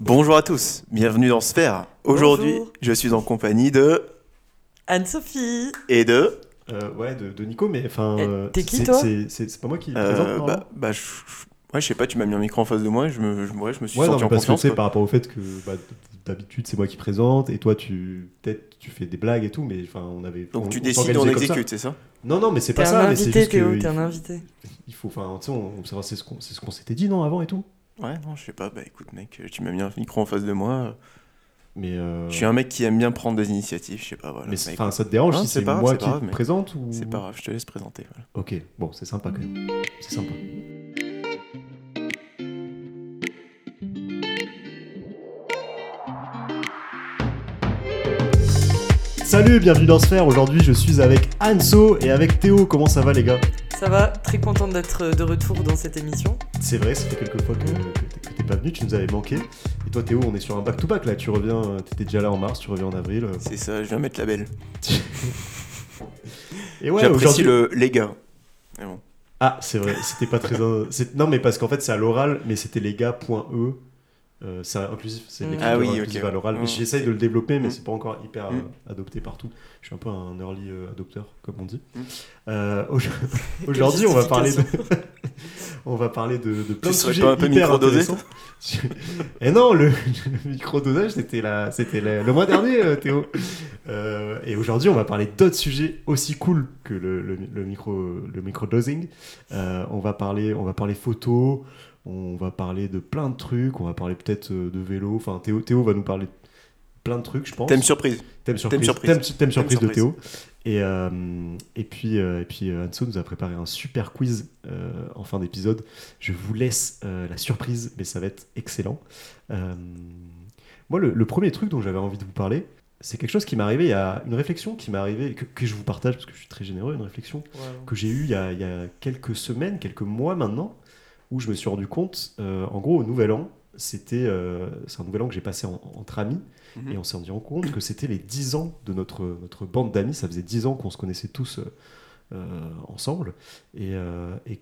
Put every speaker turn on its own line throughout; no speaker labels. Bonjour à tous, bienvenue dans Sphère. Aujourd'hui,
Bonjour.
je suis en compagnie de
Anne-Sophie
et de.
Euh, ouais, de, de Nico, mais enfin.
Eh,
euh,
t'es qui,
c'est-
toi
c'est- C'est c'est pas moi qui le présente.
euh,
non
bah, bah, je... ouais, je sais pas, tu m'as mis un micro en face de moi, et je me, je, ouais, je me suis
ouais, non,
senti
mais
en
parce que tu
confiance.
sais,
quoi.
par rapport au fait que bah, d'habitude c'est moi qui présente et toi tu peut-être tu fais des blagues et tout, mais enfin on avait.
Donc tu décides et
décides
on exécute, c'est ça
Non, non, mais c'est
T'es
pas
un
ça. mais c'est
invité,
juste que
Théo,
il
t'es un
faut-
invité.
Il faut, enfin, tu sais, on, on- c'est ce qu'on c'est ce qu'on s'était dit non avant et tout.
Ouais, non, je sais pas, bah écoute, mec, tu m'as mis un micro en face de moi.
Mais. euh,
Je suis un mec qui aime bien prendre des initiatives, je sais pas, voilà.
Mais
mec.
enfin, ça te dérange
Non,
si
c'est
c'est
pas grave,
moi
c'est pas
qui
grave,
te
mais-
présente ou
C'est pas grave, je te laisse présenter. voilà.
Ok, bon, c'est sympa quand même. C'est sympa. Salut, bienvenue dans Sphère. Aujourd'hui, je suis avec Anso et avec Théo. Comment ça va, les gars
Ça va, très contente d'être euh, de retour dans cette émission.
C'est vrai, ça fait quelques fois que, que t'es- que t'es pas venu, tu nous avais manqué. Et toi, Théo, on est sur un back-to-back là. Tu reviens, euh, t'étais déjà là en mars, tu reviens en avril. euh.
C'est ça, je viens mettre la belle.
Et ouais,
J'apprécie
aujourd'hui,
le... les gars. Mais bon.
Ah, c'est vrai, c'était pas très. c'est- Non, mais parce qu'en fait, c'est à l'oral, mais c'était les gars.e. Euh, c'est inclusif, c'est
Mm.
l'écriture
Ah oui,
inclusive
ok.
à l'oral.
Mm.
Mais J'essaye de le développer, mais
Mm.
c'est pas encore hyper euh,
Mm.
adopté partout. Je suis un peu un early euh, adopteur, comme on dit.
Mm.
Euh, au- Aujourd'hui, on va parler de. on va parler de, de plein
Tu
de
serais
sujets
pas un peu
hyper
microdosé,
intéressants. Et non, le, le microdosage, c'était la- c'était la- le mois dernier, euh, Théo. Euh, et aujourd'hui, on va parler d'autres sujets aussi cool que le, le, le micro le microdosing. Euh, on va parler on va parler photo, on va parler de plein de trucs, on va parler peut-être euh, de vélo. Enfin, Théo, Théo va nous parler de plein de trucs, je pense.
Thème surprise.
Thème surprise.
surprise.
Thème- thème surprise de
surprise.
Théo. Et, euh, et puis, euh, et puis euh, Anso nous a préparé un super quiz euh, en fin d'épisode. Je vous laisse euh, la surprise, mais ça va être excellent. Euh, moi, le, le premier truc dont j'avais envie de vous parler, c'est quelque chose qui m'est arrivé, il y a une réflexion qui m'est arrivée, que, que je vous partage parce que je suis très généreux, une réflexion que j'ai eue il y, a, il y a quelques semaines, quelques mois maintenant, où je me suis rendu compte, euh, en gros, au Nouvel An, c'était euh, c'est un Nouvel An que j'ai passé en- entre amis.
Mhm.
Et on s'est rendu compte que c'était les 10 ans de notre, notre bande d'amis. Ça faisait 10 ans qu'on se connaissait tous euh, euh, ensemble. Et, euh, et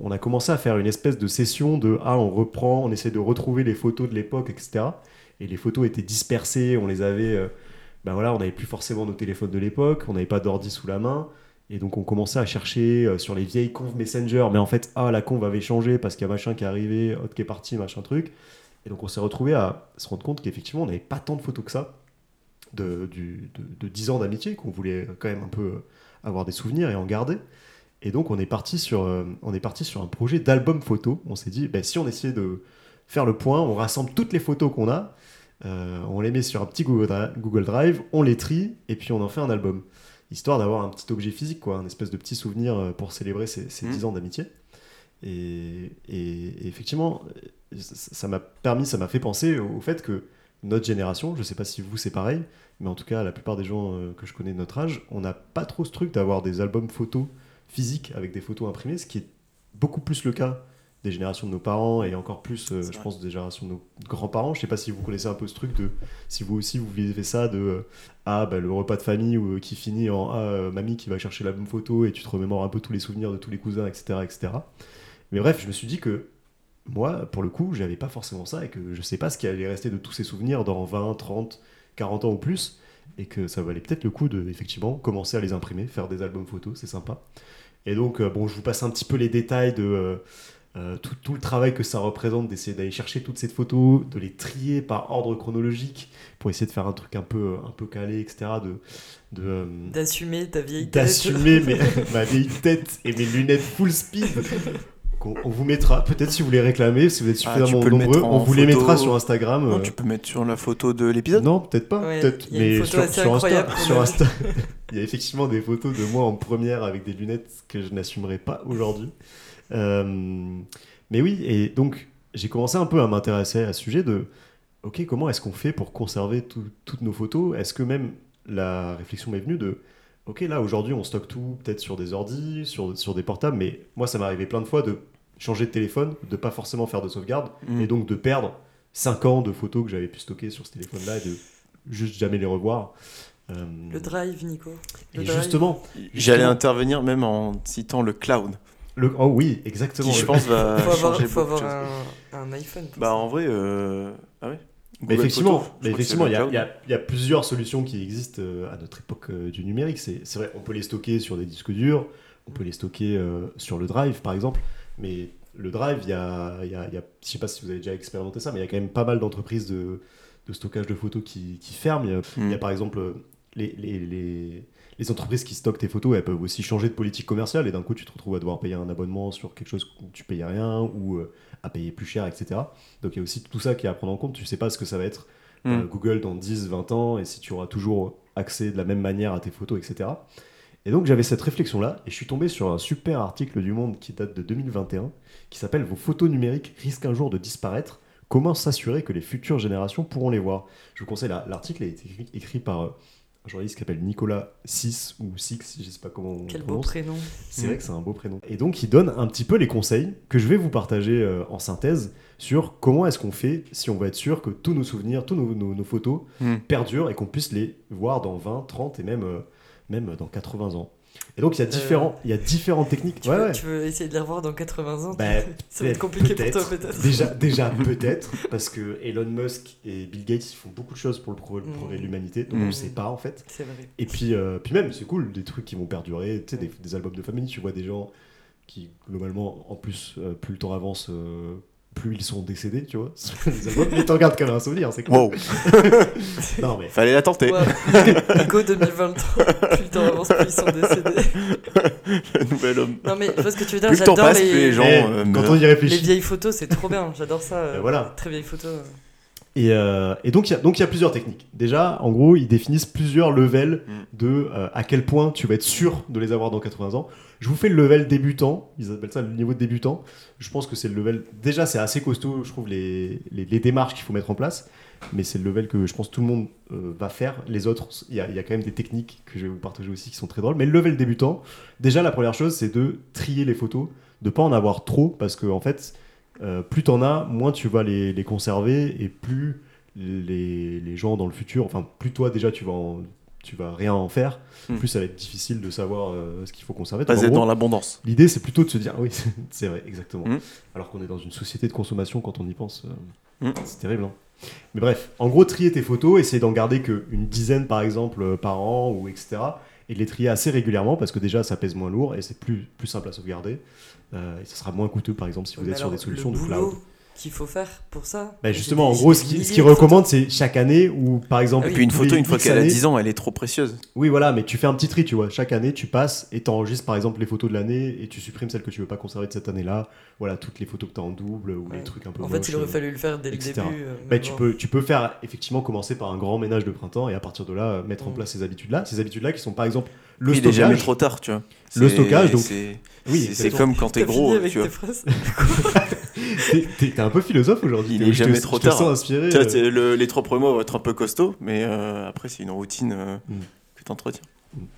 on a commencé à faire une espèce de session de Ah, on reprend, on essaie de retrouver les photos de l'époque, etc. Et les photos étaient dispersées, on les avait. euh, ben voilà, on n'avait plus forcément nos téléphones de l'époque, on n'avait pas d'ordi sous la main. Et donc on commençait à chercher euh, sur les vieilles conves Messenger, mais en fait, ah, la conve avait changé parce qu'il y a machin qui est arrivé, autre qui est parti, machin truc. Et donc on s'est retrouvé à se rendre compte qu'effectivement, on n'avait pas tant de photos que ça de, du- de, de 10 ans d'amitié, qu'on voulait quand même un peu euh, avoir des souvenirs et en garder. Et donc on est parti sur, euh, on est parti sur un projet d'album photo. On s'est dit, ben, si on essayait de faire le point, on rassemble toutes les photos qu'on a, euh, on les met sur un petit Google, Dri- Google Drive, on les trie, et puis on en fait un album. Histoire d'avoir un petit objet physique, quoi, un espèce de petit souvenir euh, pour célébrer ces, ces
Mhm.
10 ans d'amitié. Et, et- et effectivement, euh, ça ça m'a permis, ça m'a fait penser au au fait que notre génération, je sais pas si vous c'est pareil, mais en tout cas la plupart des gens euh, que je connais de notre âge, on n'a pas trop ce truc d'avoir des albums photos physiques avec des photos imprimées, ce qui est beaucoup plus le cas des générations de nos parents et encore plus, euh,
C'est
je
vrai.
pense, des générations de nos grands-parents. Je sais pas si vous connaissez un peu ce truc de, si vous aussi vous vivez ça de, euh, ah bah, le repas de famille ou, euh, qui finit en ah euh, mamie qui va chercher l'album photo et tu te remémores un peu tous les souvenirs de tous les cousins, etc., etc. Mais bref, je me suis dit que moi, pour le coup, j'avais pas forcément ça et que je sais pas ce qui allait rester de tous ces souvenirs dans 20, 30, 40 ans ou plus et que ça valait peut-être le coup de effectivement commencer à les imprimer, faire des albums photos, c'est sympa. Et donc euh, bon, je vous passe un petit peu les détails de euh, euh, tout, tout le travail que ça représente d'essayer d'aller chercher toutes ces photos, de les trier par ordre chronologique pour essayer de faire un truc un peu un peu calé, etc. De, de euh,
D'assumer ta vieille tête.
d'assumer mes- ma vieille tête et mes lunettes full speed. qu'on on vous mettra, peut-être si vous les réclamez, si vous êtes
Ah, tu
suffisamment
peux le
nombreux,
mettre en
on vous les
photo.
mettra sur Instagram.
Non,
euh,
tu peux mettre sur la photo de l'épisode
non, peut-être pas.
Ouais,
peut-être,
il y a une
mais
photo
sur,
assez
sur Insta,
incroyable, quand
sur
même.
Insta, il y a effectivement des photos de moi en première avec des lunettes que je n'assumerai pas aujourd'hui. Euh, mais oui, et donc j'ai commencé un peu à m'intéresser à ce sujet de ok, comment est-ce qu'on fait pour conserver tout- toutes nos photos Est-ce que même la réflexion m'est venue de ok, là aujourd'hui on stocke tout peut-être sur des ordi, sur, sur des portables, mais moi ça m'est arrivé plein de fois de changer de téléphone, de pas forcément faire de sauvegarde
Mm.
et donc de perdre 5 ans de photos que j'avais pu stocker sur ce téléphone-là et de juste jamais les revoir. Euh,
Le drive, Nico. Le
et
drive.
justement,
J'allais
Justement.
intervenir même en citant le cloud,
le, oh oui, exactement.
qui je
le-
pense va
Faut avoir,
changer
faut
beaucoup de
avoir
choses.
un, un iPhone. pour
Bah
ça.
en vrai, euh... ah ouais
Mais
Google
effectivement,
Photos, je
mais
crois que c'est
effectivement,
le
il y, a-
cloud.
il y a- il y a plusieurs solutions qui existent euh, à notre époque euh, du numérique. C'est c'est vrai, on peut les stocker sur des disques durs, on peut les stocker euh, sur le drive, par exemple. Mais le drive, il y a, il y a- il y a- je sais pas si vous avez déjà expérimenté ça, mais il y a quand même pas mal d'entreprises de, de stockage de photos qui, qui ferment. Il y a- il y a
Mm.
par exemple euh, les, les, les- les entreprises qui stockent tes photos, elles peuvent aussi changer de politique commerciale et d'un coup tu te retrouves à devoir payer un abonnement sur quelque chose où tu payais rien ou euh, à payer plus cher, etc. Donc il y a aussi tout ça qui est à prendre en compte. Tu sais pas ce que ça va être euh,
Mm.
Google dans 10, 20 ans et si tu auras toujours accès de la même manière à tes photos, etc. Et donc j'avais cette réflexion-là et je suis tombé sur un super article du Monde qui date de 2021 qui s'appelle Vos photos numériques risquent un jour de disparaître. Comment s'assurer que les futures générations pourront les voir Je vous conseille, la- l'article a été écrit, écrit par euh, un journaliste qui s'appelle Nicolas 6 ou Six, je sais pas comment on
Quel beau
prononce.
prénom.
C'est
Mm.
vrai que c'est un beau prénom. Et donc, il donne un petit peu les conseils que je vais vous partager euh, en synthèse sur comment est-ce qu'on fait si on veut être sûr que tous nos souvenirs, tous nos, nos- nos photos
Mm.
perdurent et qu'on puisse les voir dans 20, 30 et même, euh, même dans 80 ans. Et donc, il y a,
Euh,
différents, il y a différentes techniques.
Tu,
Ouais,
veux,
ouais.
tu veux essayer de les revoir dans 80 ans
Bah,
tu- Ça va être compliqué pour toi, peut-être.
Déjà, déjà peut-être, parce que Elon Musk et Bill Gates ils font beaucoup de choses pour le progrès progrès de
Mm.
l'humanité, donc on
Mm.
ne sait pas en fait.
C'est vrai.
Et puis, euh, puis même, c'est cool, des trucs qui vont perdurer, tu sais, des, des albums de famille, tu vois des gens qui, globalement, en plus, euh, plus le temps avance, euh, plus ils sont décédés, tu vois. sur les albums, mais t'en gardes quand même un souvenir, c'est cool.
Hmm. Wow,
Non, mais
fallait la tenter.
Wow. Nico 2023, plus le temps avance, plus ils sont décédés.
Le nouvel homme.
Non mais je vois ce que tu veux dire,
Plus le temps
j'adore
passe, plus
les...
les gens
eh,
euh,
quand
meurent.
on y
les
réfléchit.
vieilles photos, c'est trop bien, j'adore ça. euh,
Et Bah, voilà.
Très vieilles photos. euh.
Et, euh, et donc, il y a- donc, il y a plusieurs techniques. Déjà, en gros, ils définissent plusieurs levels
Mm.
de euh, à quel point tu vas être sûr de les avoir dans 80 ans. Je vous fais le level débutant, ils appellent ça le niveau de débutant. Je pense que c'est le level. Déjà, c'est assez costaud, je trouve, les, les, les démarches qu'il faut mettre en place. Mais c'est le level que je pense tout le monde euh, va faire. Les autres, il y, a, il y a quand même des techniques que je vais vous partager aussi qui sont très drôles. Mais le level débutant, déjà, la première chose, c'est de trier les photos, de pas en avoir trop, parce que en fait, euh, plus t'en as, moins tu vas les, les conserver et plus les, les gens dans le futur, enfin, plus toi déjà, tu vas, en- tu vas rien en faire,
Hmm.
plus ça va être difficile de savoir euh, ce qu'il faut conserver. Donc,
Pas
en
être
gros,
dans l'abondance.
L'idée, c'est plutôt de se dire, ah oui, c'est vrai, exactement.
Mm.
Alors qu'on est dans une société de consommation quand on y pense. euh,
Mm.
C'est terrible, hein. Mais bref, en gros, trier tes photos, essayer d'en garder qu'une dizaine, par exemple, euh, par an, ou etc. Et de les trier assez régulièrement, parce que déjà, ça pèse moins lourd et c'est plus, plus simple à sauvegarder. Euh, et ça sera moins coûteux, par exemple, si vous
Mais
êtes sur
alors,
des solutions
le
de cloud.
boulot qu'il faut faire pour ça.
Bah,
J'ai
justement, en
des-
gros,
j'ai
ce
des
qui- ce
milliers
qu'ils
de photos.
recommandent, c'est chaque année, ou par exemple...
Ah
Et puis une
tous
photo,
les
une fois
X
qu'elle a
années-
10 ans, elle est trop précieuse.
oui, voilà, mais tu fais un petit tri, tu vois. Chaque année, tu passes et t'enregistres par exemple les photos de l'année et tu supprimes celles que tu veux pas conserver de cette année-là. Voilà, toutes les photos que t'as en double ou
Ouais.
les trucs un peu
En fait,
moches,
il aurait
euh.
fallu le faire dès le
etc.
début. euh,
Bah,
mais
tu,
bon.
peux, tu peux faire effectivement commencer par un grand ménage de printemps et à partir de là euh, mettre en
Mm.
place ces habitudes-là. Ces habitudes-là qui sont par exemple le
Le il est jamais
stockage.
trop tard, tu vois.
Le
C'est-
stockage, donc-
c'est-
Oui,
c'est- c'est
exactement.
comme quand
T'as
t'es
fini
gros,
avec
tu vois.
tes phrases
T'es- T'es t'es un peu philosophe aujourd'hui.
Il
Théo,
est
je te-
jamais trop
je te
tard. hein.
sens inspiré.
Tu vois,
euh.
c'est le- les trois premiers mois vont être un peu costauds, mais euh, après, c'est une routine euh,
Mm.
que t'entretiens.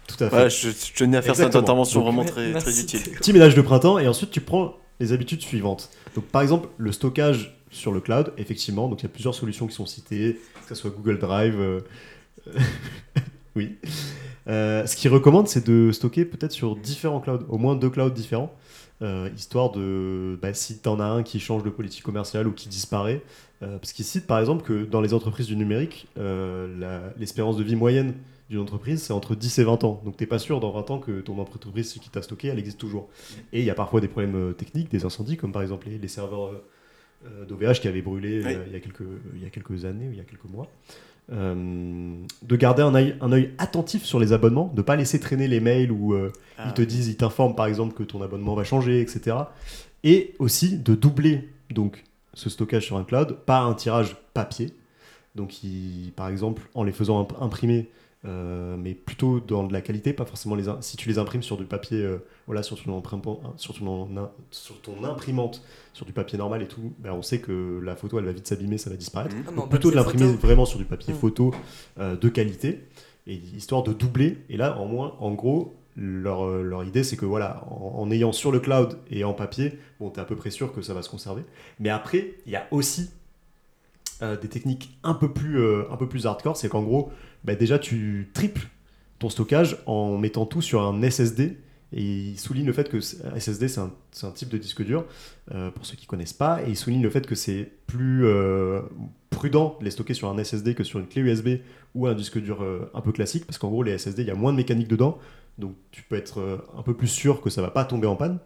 Tout à fait.
Voilà, je, je tenais à faire
Exactement.
cette intervention
Donc-
vraiment
Ouais,
très, très
merci,
utile.
Théo.
Petit ménage de printemps et ensuite tu prends les habitudes suivantes. Donc par exemple le stockage sur le cloud, effectivement, donc il y a plusieurs solutions qui sont citées, que ce soit Google Drive. euh, oui. Euh, ce qu'ils recommandent, c'est de stocker peut-être sur différents clouds, au moins deux clouds différents, euh, histoire de bah, si t'en as un qui change de politique commerciale ou qui disparaît. Euh, parce qu'ils citent par exemple que dans les entreprises du numérique, euh, la- l'espérance de vie moyenne d'une entreprise, c'est entre 10 et 20 ans. Donc t'es pas sûr dans 20 ans que ton entreprise qui t'a stocké, elle existe toujours. Et il y a parfois des problèmes euh, techniques, des incendies, comme par exemple les, les serveurs euh, euh, d'OVH qui avaient brûlé euh,
Oui.
il, y a quelques, il y a quelques années ou il y a quelques mois. Euh, de garder un œil, un œil attentif sur les abonnements, de ne pas laisser traîner les mails où euh,
Ah,
ils te disent, ils t'informent par exemple que ton abonnement va changer, etc. Et aussi de doubler donc ce stockage sur un cloud par un tirage papier. Donc, ils- par exemple, en les faisant imp- imprimer, euh, mais plutôt dans de la qualité, pas forcément les. im- Si tu les imprimes sur du papier, euh, voilà, sur ton, imprimant- sur, ton, en- sur ton imprimante, sur du papier normal et tout, ben, on sait que la photo, elle va vite s'abîmer, ça va disparaître.
Mm.
Ah, mais
Donc
en
plutôt de
papier
l'imprimer
photo.
vraiment sur du papier
Mm.
photo euh, de qualité, et histoire de doubler. Et là, en moins, en gros, leur, euh, leur idée, c'est que voilà, en, en ayant sur le cloud et en papier, bon, t'es à peu près sûr que ça va se conserver. Mais après, il y a aussi euh, des techniques un peu plus, euh, un peu plus hardcore, c'est qu'en gros, bah, déjà, tu triples ton stockage en mettant tout sur un SSD Et il souligne le fait que c- SSD, c'est un, c'est un type de disque dur, euh, pour ceux qui connaissent pas, et il souligne le fait que c'est plus euh, prudent de les stocker sur un SSD que sur une clé USB ou un disque dur euh, un peu classique, parce qu'en gros, les SSD, il y a moins de mécanique dedans, donc tu peux être euh, un peu plus sûr que ça va pas tomber en panne,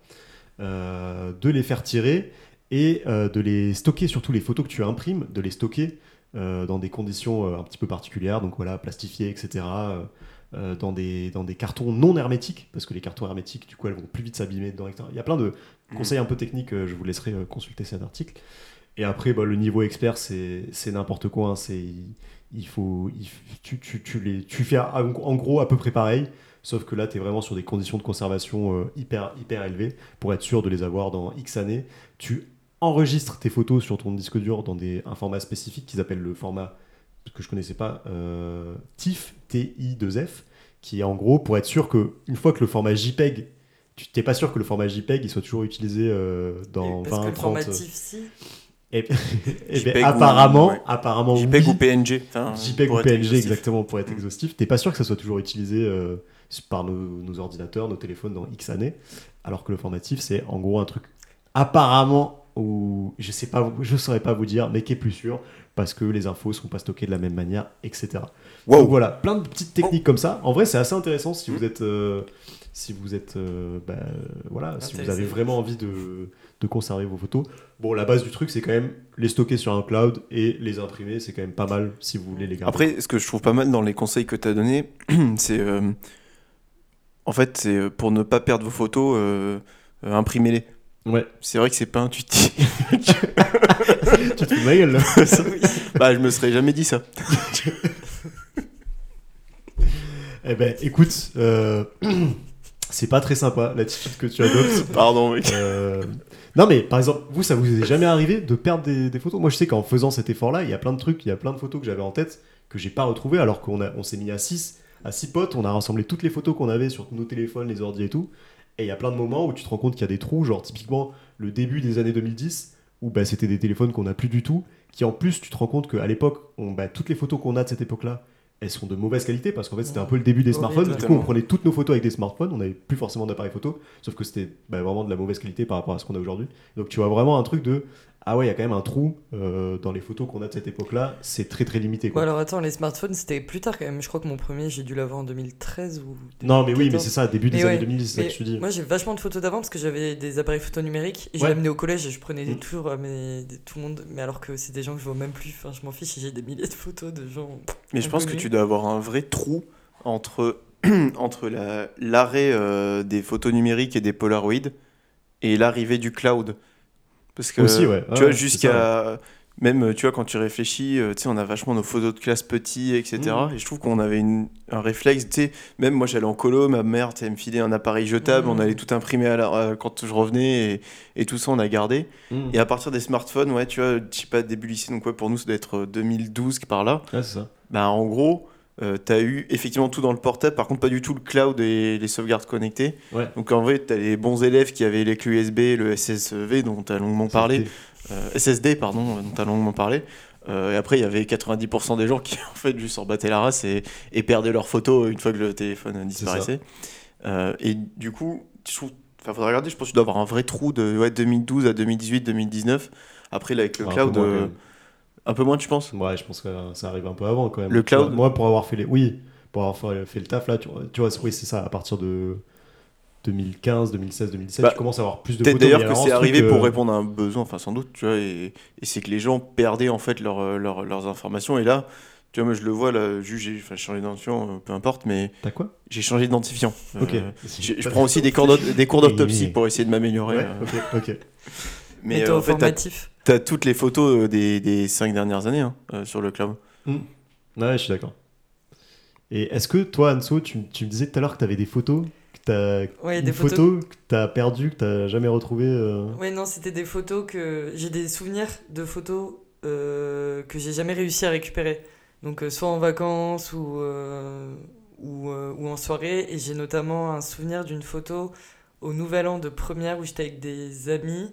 euh, de les faire tirer et euh, de les stocker, surtout les photos que tu imprimes, de les stocker euh, dans des conditions euh, un petit peu particulières, donc voilà, plastifiées, etc. euh, euh, dans, des, dans des cartons non hermétiques, parce que les cartons hermétiques, du coup, elles vont plus vite s'abîmer dedans, etc. Il y a plein de
Mhm.
conseils un peu techniques, euh, je vous laisserai euh, consulter cet article. Et après, bah, le niveau expert, c'est c'est n'importe quoi. hein, c'est il, il faut, il f- tu, tu, tu les, tu fais en en gros à peu près pareil, sauf que là, tu es vraiment sur des conditions de conservation euh, hyper, hyper élevées pour être sûr de les avoir dans X années. Tu enregistres tes photos sur ton disque dur dans des, un format spécifique qu'ils appellent le format que je connaissais pas, euh, TIFF, T-I-2-F, qui est en gros pour être sûr que une fois que le format JPEG, tu t'es pas sûr que le format JPEG il soit toujours utilisé euh, dans euh,
Parce
20,
que le
30.
formatif, si.
Et, et
JPEG
ben,
ou-
apparemment,
ouais.
apparemment,
JPEG
oui.
ou PNG. enfin,
JPEG
hein, pour
ou
être
PNG,
exhaustif.
exactement, pour être
Mm.
exhaustif. T'es pas sûr que ça soit toujours utilisé euh, par nos, nos ordinateurs, nos téléphones dans X années, alors que le formatif, c'est en gros un truc apparemment ou je sais pas, je saurais pas vous dire, mais qui est plus sûr parce que les infos sont pas stockées de la même manière, etc. Donc
Wow. Oh. Hmm.
voilà, plein de petites techniques comme ça. En vrai, c'est assez intéressant si vous êtes, euh, si vous êtes, euh, bah, voilà, si vous
Intéressé.
avez vraiment envie de, de conserver vos photos. Bon, la base du truc, c'est quand même les stocker sur un cloud et les imprimer. C'est quand même pas mal si vous voulez les garder.
Après, ce que je trouve pas mal dans les conseils que tu as donnés, c'est. euh, en fait, c'est euh, pour ne pas perdre vos photos, euh, euh, imprimez-les.
ouais,
C'est vrai que c'est pas intuitif.
tu te fous de ma gueule. là.
bah, je me serais jamais dit ça.
eh ben, écoute, euh, c'est pas très sympa l'attitude que tu adoptes.
Pardon, mec.
Euh, Non mais par exemple, vous, ça vous est jamais arrivé de perdre des, des photos Moi je sais qu'en faisant cet effort-là, il y a plein de trucs, il y a plein de photos que j'avais en tête que j'ai pas retrouvées alors qu'on a- on s'est mis à 6, à 6 potes, on a rassemblé toutes les photos qu'on avait sur nos téléphones, les ordi et tout. Et il y a plein de moments où tu te rends compte qu'il y a des trous, genre typiquement le début des années 2010, où bah, c'était des téléphones qu'on n'a plus du tout, qui en plus tu te rends compte qu'à l'époque, on- bah, toutes les photos qu'on a de cette époque-là, elles sont de mauvaise qualité parce qu'en fait c'était un peu le début des
Horrible.
smartphones, du coup on
Totalement.
prenait toutes nos photos avec des smartphones, on n'avait plus forcément d'appareil photo, sauf que c'était bah, vraiment de la mauvaise qualité par rapport à ce qu'on a aujourd'hui. Donc tu vois vraiment un truc de ah ouais, il y a quand même un trou euh, dans les photos qu'on a de cette époque-là, c'est très très limité.
Bon,
Quoi.
alors attends, les smartphones, c'était plus tard quand même. Je crois que mon premier, j'ai dû l'avoir en 2013 ou.
Non, mais oui, mais
14.
c'est ça, début des
Mais
années
ouais,
2010, c'est ça
Mais
que tu dis.
Moi j'ai vachement de photos d'avant parce que j'avais des appareils photo numériques et je
Ouais.
l'amenais au collège et je prenais des
Mm.
tours à mes- des- tout le monde, mais alors que c'est des gens que je vois même plus, enfin je m'en fiche, et j'ai des milliers de photos de gens.
Mais je pense que
Inconnu.
tu dois avoir un vrai trou entre, entre la- l'arrêt euh, des photos numériques et des Polaroid et l'arrivée du cloud. Parce que,
Aussi, ouais. Ouais,
tu vois,
ouais, c'est
jusqu'à. Même, tu vois, quand tu réfléchis, euh, tu sais, on a vachement nos photos de classe petit, etc.
Mm.
Et je trouve qu'on avait une- un réflexe, tu sais, même moi j'allais en colo, ma mère, tu sais, elle me filait un appareil jetable,
Mm.
on allait tout imprimer à la- à- quand je revenais et, et tout ça, on a gardé.
Mm.
Et à partir des smartphones, ouais, tu vois, je sais pas, début lycée, donc ouais, pour nous, ça doit être euh, 2012 par là.
Ouais, c'est ça.
Bah, en gros, euh, t'as eu effectivement tout dans le portable, par contre pas du tout le cloud et les sauvegardes connectées.
Ouais.
Donc en vrai, t'as les bons élèves qui avaient les clés USB, le SSV dont t'as longuement parlé, euh, SSD pardon, dont t'as longuement parlé. Euh, et après, il y avait 90% des gens qui en fait juste en battaient la race et, et perdaient leurs photos une fois que le téléphone euh,
C'est ça.
disparaissait. Euh, et du coup, je trouve, enfin, faudrait regarder, je pense que tu dois avoir un vrai trou de ouais, 2012 à 2018, 2019. Après, là, avec le
Ouais, un peu
cloud,
moins,
euh,
quand même.
un peu moins, tu penses
Ouais, je pense que euh, ça arrive un peu avant quand même.
Le cloud
Moi, pour avoir fait les. Oui, pour avoir fait, fait le taf là, tu, vois- tu vois, oui, c'est ça, à partir de 2015, 2016, 2017,
Bah,
tu commences à avoir plus de
Peut-être
photos.
d'ailleurs
mais
que
alors,
c'est
ce
arrivé
truc, euh,
pour répondre à un besoin, enfin sans doute, tu vois, et, et c'est que les gens perdaient en fait leur, euh, leur- leurs informations. Et là, tu vois, moi je le vois, là, jugé, enfin j'ai changé d'identifiant, euh, peu importe, mais
T'as quoi
j'ai changé d'identifiant. Euh,
Ok.
j'ai- Je prends aussi des, cours d'aut- des cours d'autopsie pour essayer de m'améliorer.
Ouais,
euh,
ok, ok.
Mais,
Mais euh,
toi,
en fait, t'as
formatif.
as toutes les photos euh, des, des cinq dernières années hein, euh, sur le cloud.
Ouais, je suis d'accord. Et est-ce que toi, Anso, tu, tu me disais tout à l'heure que t'avais des photos que t'as
Ouais,
une
des photos.
photo que t'as perdue, que t'as jamais retrouvée euh,
Ouais, non, c'était des photos que. J'ai des souvenirs de photos euh, que j'ai jamais réussi à récupérer. Donc, euh, soit en vacances ou, euh, ou, euh, ou en soirée. Et j'ai notamment un souvenir d'une photo au Nouvel An de première où j'étais avec des amis.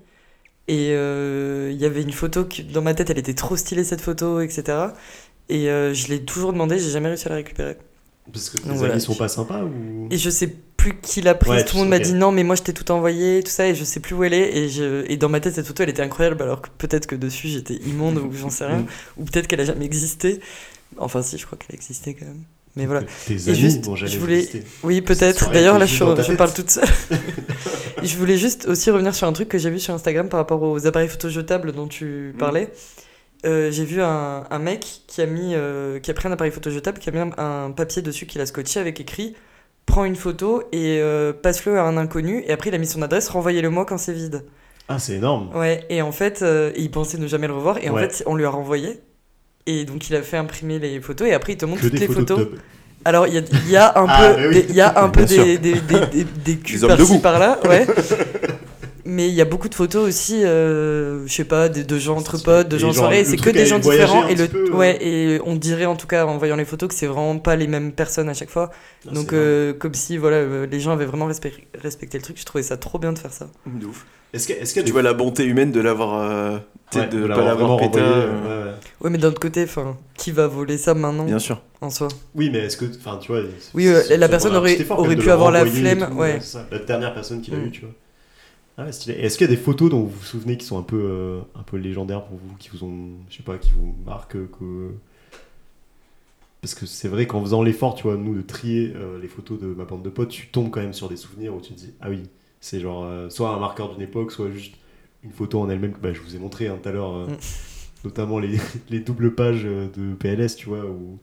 Et euh, il y avait une photo qui, dans ma tête, elle était trop stylée cette photo, etc. Et euh, je l'ai toujours demandé, j'ai jamais réussi à la récupérer.
Parce que tes
Donc voilà.
amis sont pas sympas ou
Et je sais plus qui l'a prise.
Ouais,
tout le monde m'a
ok.
dit non, mais moi je t'ai tout envoyé, tout ça, et je sais plus où elle est. Et, je... et dans ma tête, cette photo, elle était incroyable, alors que peut-être que dessus, j'étais immonde ou j'en sais
Mm.
rien. ou peut-être qu'elle a jamais existé. Enfin, si, je crois qu'elle existait quand même. Mais voilà.
Tes
Et
amis
juste,
vont jamais
je voulais-
exister.
Oui,
Ça
peut-être.
aurait
D'ailleurs,
été
là,
juste
je,
dans ta
je
tête.
parle toute seule. je voulais juste aussi revenir sur un truc que j'ai vu sur Instagram par rapport aux appareils photo jetables dont
Mm.
tu parlais. Euh, j'ai vu un, un mec qui a, mis, euh, qui a pris un appareil photo jetable, qui a mis un, un papier dessus qu'il a scotché avec écrit Prends une photo et euh, passe-le à un inconnu. Et après, il a mis son adresse Renvoyez-le-moi quand c'est vide.
Ah, c'est énorme.
Ouais, et en fait, euh, il pensait ne jamais le revoir. Et en
Ouais.
fait, on lui a renvoyé. Et donc, il a fait imprimer les photos. Et après, il te montre
Que
toutes
des
les
photos,
photos.
de tub.
Alors, il y a, il y a un
Ah,
peu,
mais oui.
des, il y a un peu
Bien sûr.
des, des, des, des, des culs
Des hommes de
par-ci
goût.
par-là, ouais. Mais il y a beaucoup de photos aussi, euh, je sais pas, de, de gens entre potes, de
Et
gens en
genre,
soirée,
le
c'est que
truc
des
à
gens
voyager
différents.
un
Et, le,
petit peu, euh.
ouais, et on dirait en tout cas en voyant les photos que c'est vraiment pas les mêmes personnes à chaque fois.
Ah,
Donc,
c'est énorme.
euh, comme si voilà, euh, les gens avaient vraiment respect- respecté le truc, je trouvais ça trop bien de faire ça.
De ouf.
Est-ce que- est-ce qu'il
Tu
y a des-
vois la bonté humaine de l'avoir. euh, t'es-
Ouais,
de
de
pas
l'avoir
l'avoir
vraiment
pété.
renvoyé,
euh,
ouais, ouais.
Ouais, mais d'un autre côté, enfin, qui va voler ça maintenant
Bien sûr.
en soi
Oui, mais est-ce que, enfin, tu vois, c'est-
Oui, euh,
c'est-
la
ça
personne
demande un
aurait-
petit effort, quand
aurait
même, de
pu
le
avoir la
renvoyer et
flemme,
tout, euh,
ouais.
c'est ça, la dernière personne qui l'a
Mm.
eu, tu vois. Ah, ouais, stylé. Et Est-ce qu'il y a des photos dont vous vous souvenez qui sont un peu, euh, un peu légendaires pour vous, qui vous ont, je sais pas, qui vous marquent euh, que... Parce que c'est vrai qu'en faisant l'effort, tu vois, nous, de trier euh, les photos de ma bande de potes, tu tombes quand même sur des souvenirs où tu te dis, ah oui, c'est genre euh, soit un marqueur d'une époque, soit juste une photo en elle-même que bah, je vous ai montré hein, tout à l'heure, euh,
Mm.
notamment les, les doubles pages euh, de PLS, tu vois, où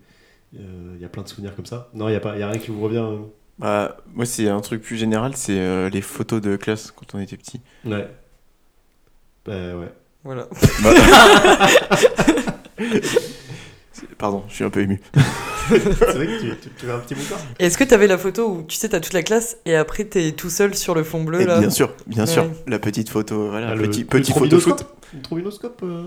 euh, il y a plein de souvenirs comme ça. Non, il n'y a, pas- y a rien qui vous revient. hein.
Bah, moi, c'est un truc plus général, c'est euh, les photos de classe quand on était petit.
Ouais. Bah ouais.
Voilà.
Pardon, je suis un peu ému.
C'est vrai que tu, tu, tu veux un petit bouquin
Est-ce que t'avais la photo où tu sais, t'as toute la classe et après t'es tout seul sur le fond bleu
Et
Oh là
bien sûr, bien sûr.
Ouais.
La petite photo, voilà,
Ah, le-
petit,
le
petit photo
trombinoscope
shoot.
Le trombinoscope euh,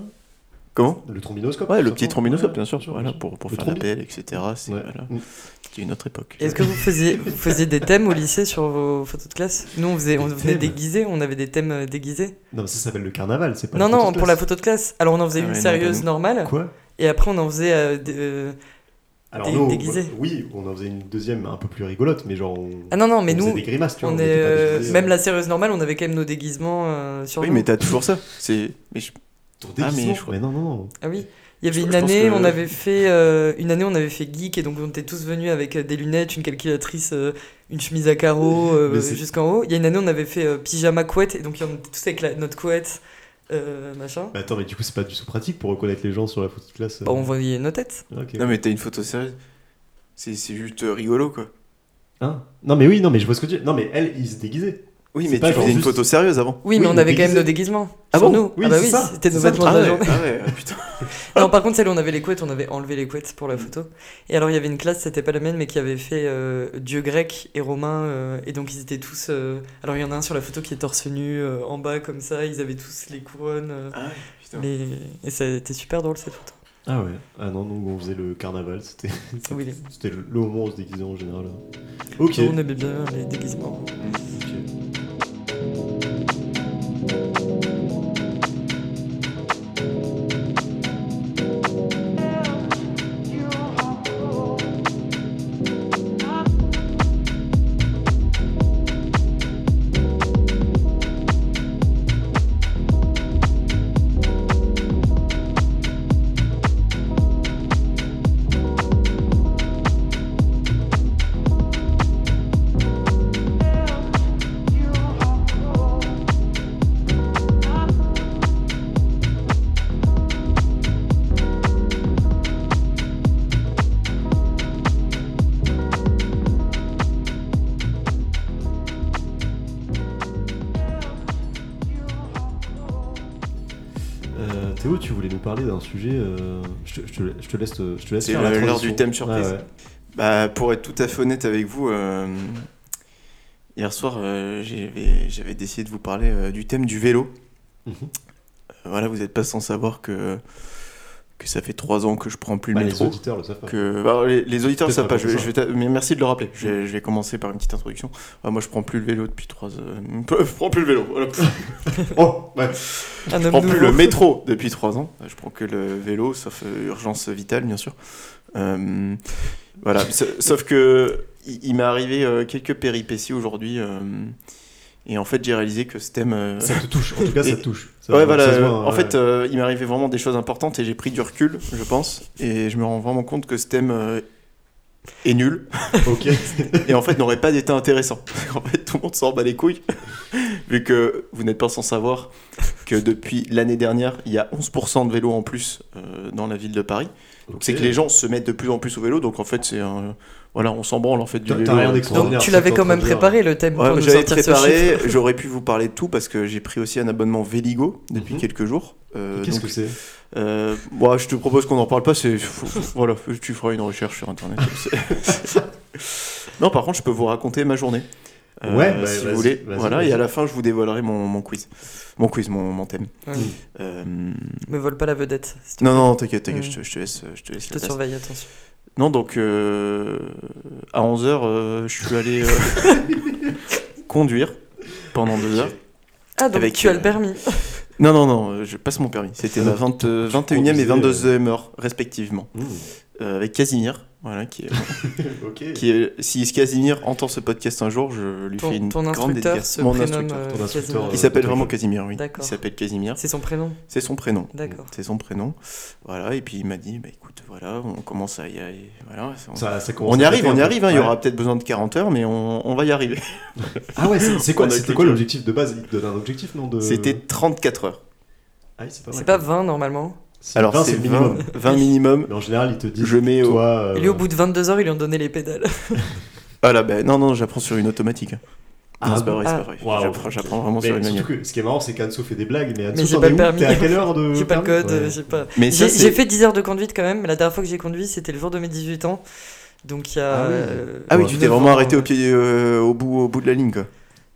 Comment
Le trombinoscope
Ouais,
tout
le petit
simplement.
trombinoscope,
Ouais,
bien sûr. voilà, pour, pour
Le
faire la
trombi-
l'appel, etc. C'est
Ouais.
voilà,
Mm.
c'était une autre époque.
Est-ce que vous faisiez, vous faisiez des thèmes au lycée sur vos photos de classe Nous, on, faisait, on
Des
venait
thèmes
déguisés, on avait des thèmes euh, déguisés.
Non, mais ça s'appelle le carnaval, c'est pas
non,
le
non,
photo de
pour la
classe.
photo de classe. Alors, on en faisait
Ah
une
ouais, non,
sérieuse
pas
normale,
Quoi
et après, on en faisait. euh, des, euh,
Alors
Dé-
nous, bah,
déguisé.
oui, on en faisait une deuxième un peu plus rigolote, mais genre on,
Ah non, non, mais
on faisait
nous,
des grimaces, tu vois.
on
était
est,
pas
euh,
déguisés.
même la sérieuse normale, on avait quand même nos déguisements euh, sur
Oui,
nous.
mais t'as toujours ça. C'est. mais je- Ah,
Ton
mais
déguisement,
je
mais non, non, non.
Ah oui. Il y
Je-
avait une
je pense
année,
que-
on avait fait euh, une année, on avait fait geek et donc on était tous venus avec euh, des lunettes, une calculatrice, euh, une chemise à carreaux euh,
Mais c'est-
jusqu'en haut. Il y a une année, on avait fait euh, pyjama couette et donc on était tous avec la- notre couette, euh, machin.
Mais Bah, attends, mais du coup, c'est pas du tout pratique pour reconnaître les gens sur la photo de classe. euh. Ah,
Bah, on voyait nos têtes.
Ok.
Non, mais t'as une photo sérieuse. C'est c'est juste euh, rigolo, quoi.
Hein non, mais oui, non, mais je vois ce que tu dis. Non, mais elle, il se déguisait.
Oui,
C'est
mais
pas
tu
genre
faisais une
juste-
photo sérieuse avant.
Oui,
Oui,
mais on
mais
avait quand même
déguisé.
nos déguisements.
Ah
sur
bon
nous.
Oui,
ah bah
c'est
oui,
ça,
c'était nos
c'est ça le
vêtements de la
ouais,
journée.
ah ouais, ah, putain.
Non, par contre, celle où on avait les couettes, on avait enlevé les couettes pour la photo. Et alors, il y avait une classe, c'était pas la mienne, mais qui avait fait euh, dieu grec et romain. euh, et donc, ils étaient tous. euh, alors, il y en a un sur la photo qui est torse nu euh, en bas, comme ça. Ils avaient tous les couronnes. euh,
Ah ouais, putain.
les- Et ça a été super drôle cette photo.
Ah ouais. Ah non, nous, on faisait le carnaval. C'était c'était-
Oui.
c'était le le moment où on se déguisait en général. hein. Ok.
On aimait bien les déguisements.
Ok. Euh, Théo, tu voulais nous parler d'un sujet. euh, je, te, je te- je te laisse. te- Je te laisse
C'est
faire la
le- l'heure
transition.
du thème surprise.
Ouais, ouais.
Bah, pour être tout à fait honnête avec vous, euh, hier soir, euh, j'avais j'avais décidé de vous parler euh, du thème du vélo.
Mhm.
Euh, Voilà, vous n'êtes pas sans savoir que, que ça fait trois ans que je prends plus le
Bah, les
métro.
auditeurs le savent pas.
Que, bah, les, les auditeurs ne
Peut-être
savent pas,
pas
je, vais-
pour
je vais t'a- mais merci de le rappeler. Je, vais- je vais commencer par une petite introduction. Ah, moi, je prends plus le vélo depuis trois ans. Je prends plus le vélo, voilà.
Oh, ouais.
Un
Je
homme
prends plus
nouveau.
le métro depuis trois ans. Je prends que le vélo, sauf euh, urgence vitale, bien sûr. Euh, voilà, sa- sauf que il, il m'est arrivé euh, quelques péripéties aujourd'hui. euh, et en fait, j'ai réalisé que ce thème. euh,
Ça te touche, en tout cas, ça
Et-
te touche. Ça-
Ouais, voilà.
ça se voit,
en
ouais.
fait, euh, il m'est arrivé vraiment des choses importantes et j'ai pris du recul, je pense. Et je me rends vraiment compte que ce thème euh, est nul.
ok.
et en fait, n'aurait pas été intéressant. en fait, tout le monde s'en bat les couilles. Vu que vous n'êtes pas sans savoir que depuis l'année dernière, il y a 11% de vélos en plus euh, dans la ville de Paris. Donc, C'est que les gens se mettent de plus en plus au vélo. Donc en fait, c'est un. Voilà, on s'en branle en fait du
T'as-
vélo.
t'as rien d'extraordinaire.
Donc
Ordinaire,
tu l'avais
c'est
quand même
en train de
préparé le thème
Ouais,
pour nous
j'avais
sortir ce
préparé,
chiffre.
j'aurais pu vous parler de tout parce que j'ai pris aussi un abonnement Véligo depuis
Mhm.
quelques jours. Euh,
Qu'est-ce
donc,
que c'est
euh, moi, je te propose qu'on n'en parle pas, c'est. faut- faut- voilà, tu feras une recherche sur internet. C'est- non, par contre, je peux vous raconter ma journée. Euh,
Ouais, bah,
si
vas-y,
vous voulez.
vas-y,
voilà,
vas-y.
et à la fin, je vous dévoilerai mon, mon quiz. Mon quiz, mon, mon thème.
Ouais.
Euh,
Me vole pas la vedette. s'il te
Non,
plaît.
non, t'inquiète, t'inquiète,
Mm.
je, te, je te laisse. Je te laisse
Je
la
te
place.
surveille, attention.
Non, donc euh, à 11h, je suis allé euh, conduire pendant deux heures.
Ah, donc
Avec,
tu as
euh,
le permis.
Non, non, non, euh, je passe mon permis. C'était
Ah,
ma
donc,
20, euh, 21e et
conduisais,
22e heure, respectivement. Euh, avec Casimir, voilà, qui, est-
Ok.
qui est- si Casimir entend ce podcast un jour, je lui fais
Ton,
une
ton
grande
instructeur
dédicace.
se
Mon
prénomme
instructeur.
euh,
ton instructeur,
Casimir.
euh,
Il s'appelle
D'accord.
vraiment Casimir, oui. Il
D'accord.
s'appelle Casimir.
euh, C'est son prénom.
C'est son prénom.
D'accord.
C'est son prénom. Voilà, et puis il m'a dit, bah écoute, voilà, on commence à y aller. Voilà, on...
Ça- ça commence
on y
à
arrive,
péter,
on
en
y
fait.
arrive, hein, il y
Ouais.
aura peut-être besoin de 40 heures, mais on, on va y arriver.
Ah ouais, c'est c'est
On
quoi,
a
c'était
cliqué.
quoi l'objectif de base Il te donne un objectif, non de...
C'était 34 heures.
Ah oui, c'est pas mal.
C'est pas 20 normalement.
Alors c'est
c'est le minimum.
20, 20 minimum.
Mais en général, ils te disent.
Je mets au...
Toi, euh,
Et lui, au bout de 22 heures, ils lui ont donné les pédales.
Ah là, ben non, non, j'apprends sur une automatique. hein.
Ah,
non, c'est pas
bon.
vrai, c'est pas vrai.
Waouh.
J'apprends, j'apprends vraiment
Mais
sur une
surtout
manuelle.
que ce qui est marrant, c'est qu'Anso fait des blagues, mais Anso,
Mais j'ai
t'en
pas
es
le
où
permis.
T'es à quelle heure de.
J'ai pas le
permis
code,
Ouais.
euh, j'ai pas.
Mais ça,
J'ai
c'est-
j'ai fait 10 heures de conduite quand même. mais La dernière fois que j'ai conduit, c'était le jour de mes 18 ans. Donc il y a.
Ah oui.
euh,
Ah oui,
Ouais.
tu t'es
9
vraiment
ans,
arrêté
euh,
au pied, euh, au bout, au bout de la ligne, quoi.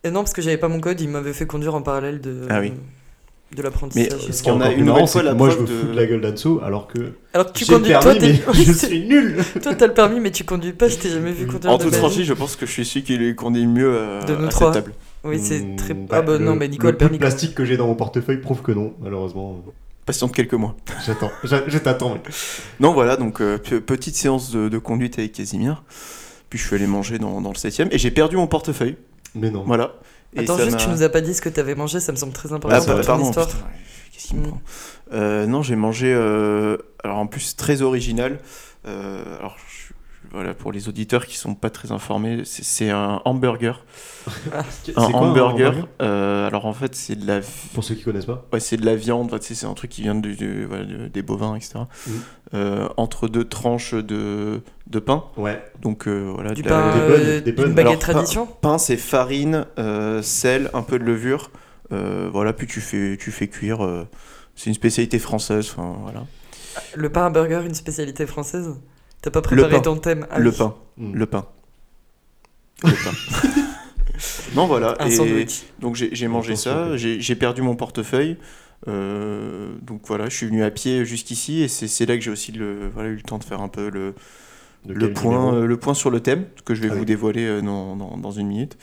Et non, parce que j'avais pas mon code, il m'avait fait conduire en parallèle de,
Ah oui.
de l'apprentissage.
Mais, euh, ce
Ce qui est
On a
encore plus
une
marrant,
nouvelle
c'est
fois
que
la
moi, je me
preuve de-
fous de la gueule d'Anso, alors que.
Alors que tu
j'ai le
conduis,
permis,
toi,
mais
t'es-
je suis nul
toi, t'as le permis, mais tu conduis pas, je t'ai jamais vu
En
conduire.
En
de
toute
ma vie.
franchise, je pense que je suis celui qui les conduit mieux euh,
De nous
à
trois.
cette table.
Oui, c'est très.
Mmh,
ah bah
le-
non, mais Nicole,
Le bout de
permis.
plastique que j'ai dans mon portefeuille prouve que non, malheureusement.
Patiente quelques mois.
J'attends, j'a- je t'attends.
Non, voilà, donc euh, pe- petite séance de, de conduite avec Casimir. Puis je suis allé manger dans, dans le 7ème et j'ai perdu mon portefeuille.
Mais non.
Voilà. Et
Attends,
ça
juste,
m'a-
tu nous as pas dit ce que t'avais mangé, ça me semble très important
Ah,
c'est
pour
pa-
vrai.
ton
pardon,
histoire.
putain, qu'est-ce qu'il me
Mm.
prend Euh, Non, j'ai mangé. euh, alors en plus, très original. Euh, alors, je- je- voilà, pour les auditeurs qui sont pas très informés, c'est- c'est un hamburger.
C'est
Un
quoi,
hamburger. euh, alors en fait, c'est de la
Pour ceux qui connaissent pas.
Ouais, c'est de la viande, enfin, tu sais, c'est un truc qui vient du- du- voilà, de- des bovins, etc.
Mm.
Euh, entre deux tranches de, de pain.
Ouais.
Donc euh, voilà,
Du
de la-
pain,
des
euh,
bonnes, des bonnes.
une baguette
Alors, pas-
tradition
pain, c'est farine, euh, sel, un peu de levure. Euh, voilà, puis tu fais, tu fais cuire. euh, c'est une spécialité française. enfin, Voilà.
Le pain à burger, une spécialité française T'as pas
pain.
préparé ton thème Ah
le
oui.
pain,
Mm.
le pain. Le pain. non, voilà.
Un
et-
sandwich.
Donc j'ai j'ai mangé
Attention,
ça,
oui.
j'ai j'ai perdu mon portefeuille. Euh, donc voilà, je suis venu à pied jusqu'ici et c'est c'est là que j'ai aussi le, voilà, eu le temps de faire un peu le,
De
le
quel
point,
numéro
euh, le point sur le thème que je vais
Ah
vous
oui.
dévoiler euh, dans, dans- dans une minute.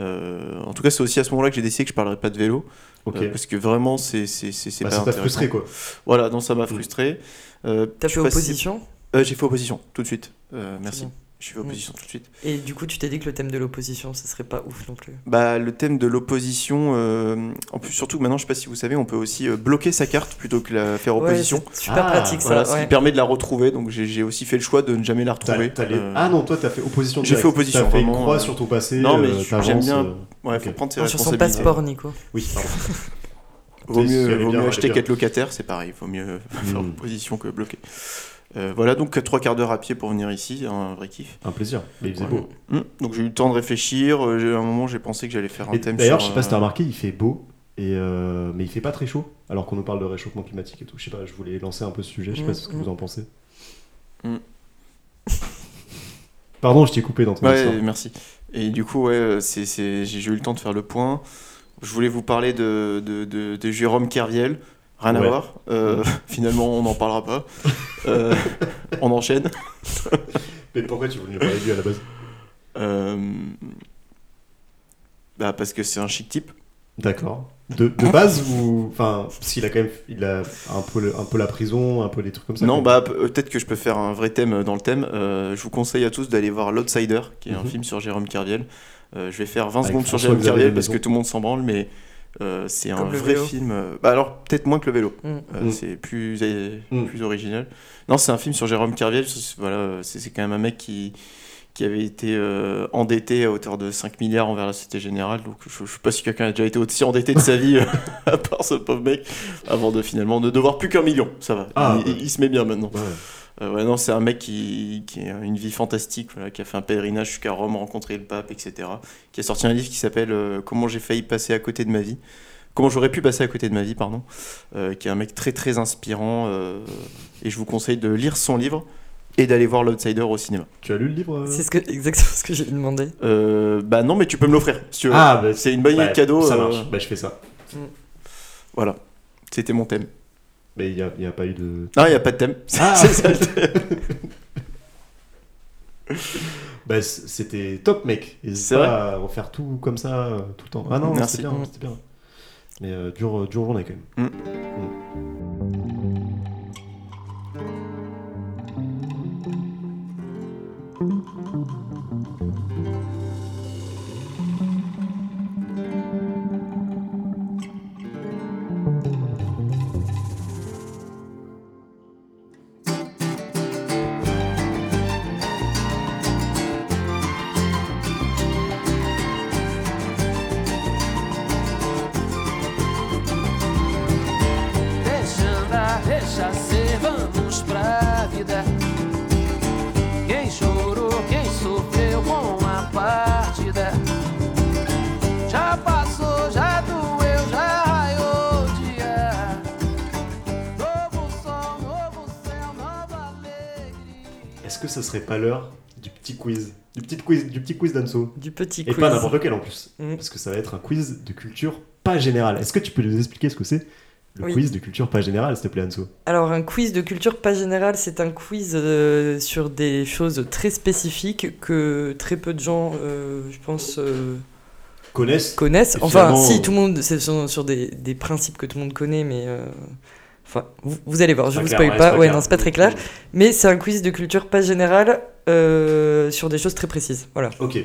Euh, en tout cas, c'est aussi à ce moment-là que j'ai décidé que je parlerai pas de vélo
Ok.
euh, parce que vraiment c'est c'est- c'est- c'est
Bah,
pas
ça t'a
intéressant.
frustré quoi. Mm.
Voilà, non, ça m'a frustré. Euh,
T'as
je
fait
suis passé-
opposition
Euh, J'ai fait opposition tout de suite. Euh, merci.
bien.
J'ai fait opposition tout de suite.
Et du coup, tu t'es dit que le thème de l'opposition, ça serait pas ouf non plus.
Bah, le thème de l'opposition, euh, en plus surtout que maintenant, je sais pas si vous savez, on peut aussi euh, bloquer sa carte plutôt que la faire opposition.
Ouais, c'est super
Ah,
pratique ça.
Voilà, ce qui
ouais.
permet de la retrouver, donc j'ai j'ai aussi fait le choix de ne jamais la
T'as-
retrouver.
t'as les-
Euh,
Ah non, toi t'as fait opposition.
J'ai
directe.
fait opposition,
T'as fait une
vraiment,
croix
euh,
sur ton passé.
non, mais
euh,
j'aime
t'avances,
bien-
euh,
Ouais, faut
ok.
prendre ses
Non, sur son
responsabilités.
passeport, Nico.
Oui, pardon.
Vaut
C'est- c'est
mieux,
aller
vaut
bien,
mieux
aller
acheter
bien.
qu'être locataire, c'est pareil, vaut mieux faire
Mm.
opposition que bloquer. Euh, voilà, donc trois quarts d'heure à pied pour venir ici, un vrai kiff.
Un plaisir. Mais il faisait
Ouais.
beau.
Mm. Donc j'ai eu le temps de réfléchir, euh, j'ai- à un moment j'ai pensé que j'allais faire un
Hmm. Et
thème
D'ailleurs, je
sur,
sais pas si t'as
euh,
remarqué, il fait beau, et euh, mais il fait pas très chaud, alors qu'on nous parle de réchauffement climatique et tout. Je sais pas, je voulais lancer un peu ce sujet, je sais pas
Mm,
ce que vous en pensez.
Mm.
Pardon, je t'ai coupé dans ton
Ouais,
histoire.
merci. Et du coup, ouais, euh, c'est- c'est- j'ai j'ai eu le temps de faire le point. Je voulais vous parler de, de, de- de Jérôme Kerviel. Rien
Ouais. Hmm.
à voir. Euh, finalement, on n'en parlera pas. Euh, on enchaîne.
Mais pourquoi tu voulais nous parler de lui à la base
Euh, bah, parce que c'est un chic type.
D'accord. de,
Hein
de base ou enfin parce qu'il a quand même il a un peu le- un peu la prison un peu des trucs comme ça
Non,
quoi.
bah pe- peut-être que je peux faire un vrai thème dans le thème. Euh, je vous conseille à tous d'aller voir L'Outsider, qui est un
Mhm.
film sur Jérôme Kerviel. Euh, je vais faire 20
Avec
secondes sur
François
Jérôme
Xavier
Kerviel
de
parce
Maison.
que tout le monde s'en branle, mais euh, c'est un
Comme le
vrai
vélo.
film. euh, bah, alors peut-être moins que le vélo,
Mm.
Euh,
Mm.
c'est plus, euh,
Mm.
plus original. Non, c'est un film sur Jérôme Kerviel. c'est- Voilà, euh, c'est c'est quand même un mec qui qui avait été euh, endetté à hauteur de 5 milliards envers la Société Générale. Donc je, je sais pas si quelqu'un a déjà été aussi endetté de sa vie, euh, à part ce pauvre mec, avant de finalement ne devoir plus qu'un million. Ça va,
Ah,
il,
ouais.
il se met bien maintenant.
Ouais.
Euh, ouais, non, c'est un mec qui, qui a une vie fantastique, voilà, qui a fait un pèlerinage jusqu'à Rome, rencontrer le pape, etc. Qui a sorti un livre qui s'appelle euh, Comment j'ai failli passer à côté de ma vie. Comment j'aurais pu passer à côté de ma vie, pardon. Euh, qui est un mec très très inspirant. euh, et je vous conseille de lire son livre et d'aller voir l'Outsider au cinéma.
tu as lu le livre euh
C'est ce que, exactement ce que j'ai demandé.
Euh, bah non, mais tu peux me l'offrir si tu veux.
ah bah,
c'est une bonne idée
bah,
de cadeau.
ça
euh,
marche bah je fais ça
Voilà. C'était mon thème.
mais il n'y a, il y a pas eu de
Non, il n'y a pas de thème. C'est
Ah.
c'est ça le thème.
bah c- c'était top mec n'hésite
C'est
pas à refaire tout comme ça euh, tout le temps ah non
Merci.
c'était bien c'était bien mais euh, dure dure journée quand même
Deixa andar, deixa ser, vamos pra vida. Quem chorou, quem sofreu com a partida. Já passou, já doeu, já raiou o dia. Novo sol, novo céu, nova alegria.
est-ce que ça serait pas l'heure du petit quiz du petit quiz du petit quiz d'Anso
Du petit
et
quiz.
pas n'importe lequel en plus
Mm.
parce que ça va être un quiz de culture pas générale est-ce que tu peux nous expliquer ce que c'est le
Oui.
quiz de culture pas générale s'il te plaît Anso
Alors, un quiz de culture pas générale, c'est un quiz euh, sur des choses très spécifiques que très peu de gens, euh, je pense, euh,
connaissent
connaissent.
Et
Enfin,
finalement, euh,
si, tout le monde, c'est sur, sur des, des principes que tout le monde connaît, mais. euh, Enfin, vous, vous allez voir, je vous spoil pas. Ouais, non, c'est pas très clair. Mais c'est un quiz de culture pas générale euh, sur des choses très précises. Voilà.
Ok,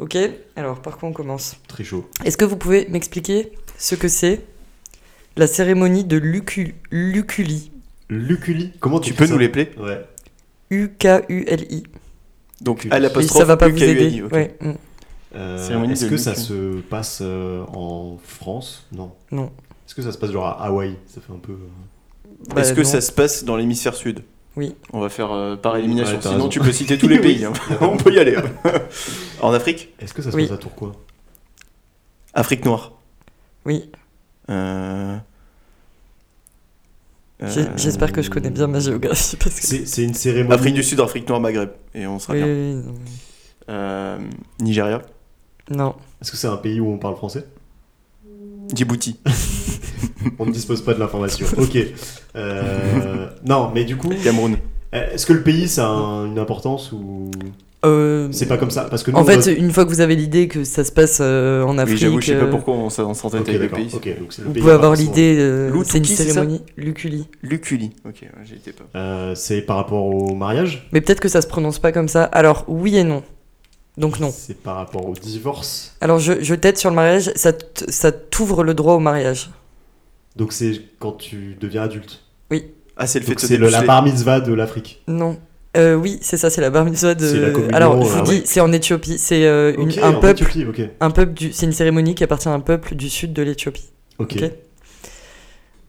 Ok, alors par quoi on commence
très chaud.
Est-ce que vous pouvez m'expliquer ce que c'est la cérémonie de Lucu- Luculi
Luculi, comment
tu peux nous
les
l'épeler
Ouais.
U-K-U-L-I.
Donc,
Et
à
ça
Et
l'apostrophe,
ça va pas vous
UKUNI,
aider.
ok.
Ouais, mm.
Euh,
Cérémonie
Est-ce
de
que ça
Luculi.
se passe euh, en France Non.
Non.
Est-ce que ça se passe genre à Hawaï Ça fait un peu. euh,
Bah,
Est-ce que
non.
ça se passe dans l'hémisphère sud
Oui.
On va faire euh, par élimination.
Ouais, t'as
Sinon,
raison.
tu peux citer tous les pays. hein. On peut y aller. hein. en Afrique
Est-ce que ça se
Oui.
passe à Tourcoing
Afrique noire.
Oui,
Euh,
j'ai-
euh,
j'espère que je connais bien ma géographie parce que.
C'est c'est une cérémonie.
Afrique du Sud, Afrique noire, Maghreb. Et on sera
Oui,
bien.
oui, oui, non, mais-
Euh, Nigeria.
Non,
Est-ce que c'est un pays où on parle français
Djibouti.
On ne dispose pas de l'information. Ok. Euh, non, mais du coup,
Cameroun.
euh, est-ce que le pays ça a un- une importance ou
Euh,
c'est pas comme ça Parce que nous, euh,
en
on
fait,
va-
une fois que vous avez l'idée que ça se passe euh, en Afrique,
oui, j'avoue, je sais
euh,
pas pourquoi on s'en- on s'entête
Ok,
avec le
d'accord.
pays.
Ok, donc c'est le
vous
pays
pouvez avoir
forcément.
l'idée. euh,
Lutuki,
c'est une
c'est ça
cérémonie Luculi.
Luculi. Ok, ouais, j'y étais pas.
Euh, c'est par rapport au mariage
Mais peut-être que ça se prononce pas comme ça. Alors oui et non. Donc non.
C'est par rapport au divorce.
Alors je, je t'aide sur le mariage, ça t- ça t'ouvre le droit au mariage.
Donc c'est quand tu deviens adulte.
Ah, c'est le fait
Donc
de se
c'est le, la
dépuceler.
bar mitzvah de l'Afrique.
Non. Euh, oui, c'est ça, c'est la bar mitzvah de.
C'est la communion,
Alors je vous
euh,
dis,
ouais.
c'est en Éthiopie, c'est euh, une-
Ok,
un
en
peuple,
Éthiopie, ok.
un peuple du, c'est une cérémonie qui appartient à un peuple du sud de l'Éthiopie.
Ok.
Ok.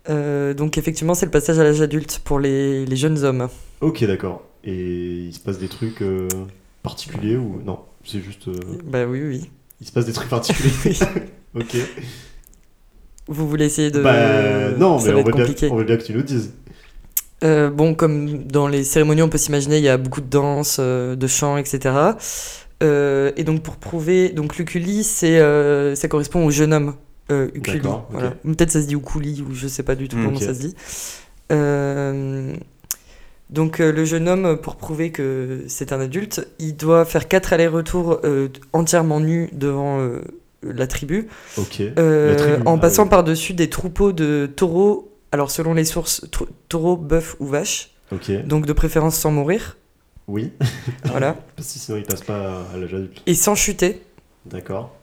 Euh, donc effectivement, c'est le passage à l'âge adulte pour les, les jeunes hommes.
Ok, d'accord. Et il se passe des trucs euh, particuliers ou non C'est juste euh,
Bah oui, oui.
il se passe des trucs particuliers. ok.
Vous voulez essayer de.
Bah non,
ça
mais
va
on
être
veut,
compliqué.
bien, on veut bien que tu nous dises.
Euh, bon, comme dans les cérémonies, on peut s'imaginer, il y a beaucoup de danse, euh, de chant, etc. Euh, et donc, pour prouver, donc l'ukuli, c'est, euh, ça correspond au jeune homme. Euh, ukuli,
D'accord, ok.
voilà. Ou Peut-être ça se dit ukuli, ou je sais pas du tout
Mm,
comment
ok.
ça se dit. Euh, donc, euh, le jeune homme, pour prouver que c'est un adulte, il doit faire quatre allers-retours euh, entièrement nus devant euh, la tribu,
Ok.
euh,
La tribu,
en
ah
passant
oui.
par-dessus des troupeaux de taureaux, alors selon les sources, tr- taureaux, bœufs ou vaches,
Ok.
donc de préférence sans mourir,
Oui.
voilà,
Parce que sinon, il passe pas à l'âge adulte.
et sans chuter.
D'accord.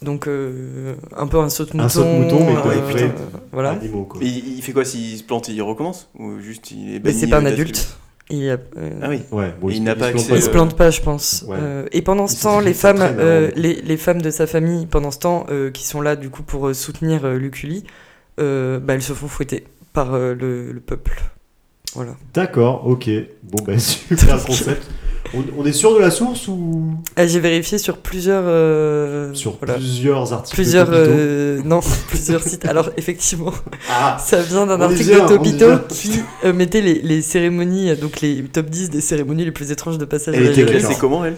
Donc euh, un peu un saute-mouton.
Un saute-mouton, mais Ah,
quoi,
euh,
écoutez.
euh, voilà.
Animaux, quoi.
Mais il, il fait quoi s'il se plante Il recommence Ou juste il est
Mais
banni
c'est pas un
d'être-
adulte. Il, a- euh,
Ah oui.
Ouais, bon,
Et
se-
il n'a
se
pas
plante
accès,
il se
euh,
plante pas, je pense.
ouais.
Euh, et pendant
Ils
ce
sont
temps, les
très, très
femmes,
malheureux,
euh,
beaucoup.
les, les femmes de sa famille, pendant ce temps, euh, qui sont là du coup pour euh, soutenir euh, Lucully, euh, bah, elles se font fouetter par euh, le, le peuple. Voilà.
D'accord, ok. Bon, bah, super concept. On, on est sûr de la source ou
Ah, J'ai vérifié sur plusieurs. euh,
sur
voilà.
plusieurs articles
Plusieurs,
de Topito
euh, non, plusieurs sites. Alors effectivement,
Ah,
ça vient d'un
On y
article
vient,
de
on y vient.
Topito qui euh, mettait les, les cérémonies, euh, donc les top 10 des cérémonies les plus étranges de passage
Elle
à l'âge
était
d'accord.
adulte.
classée comment elle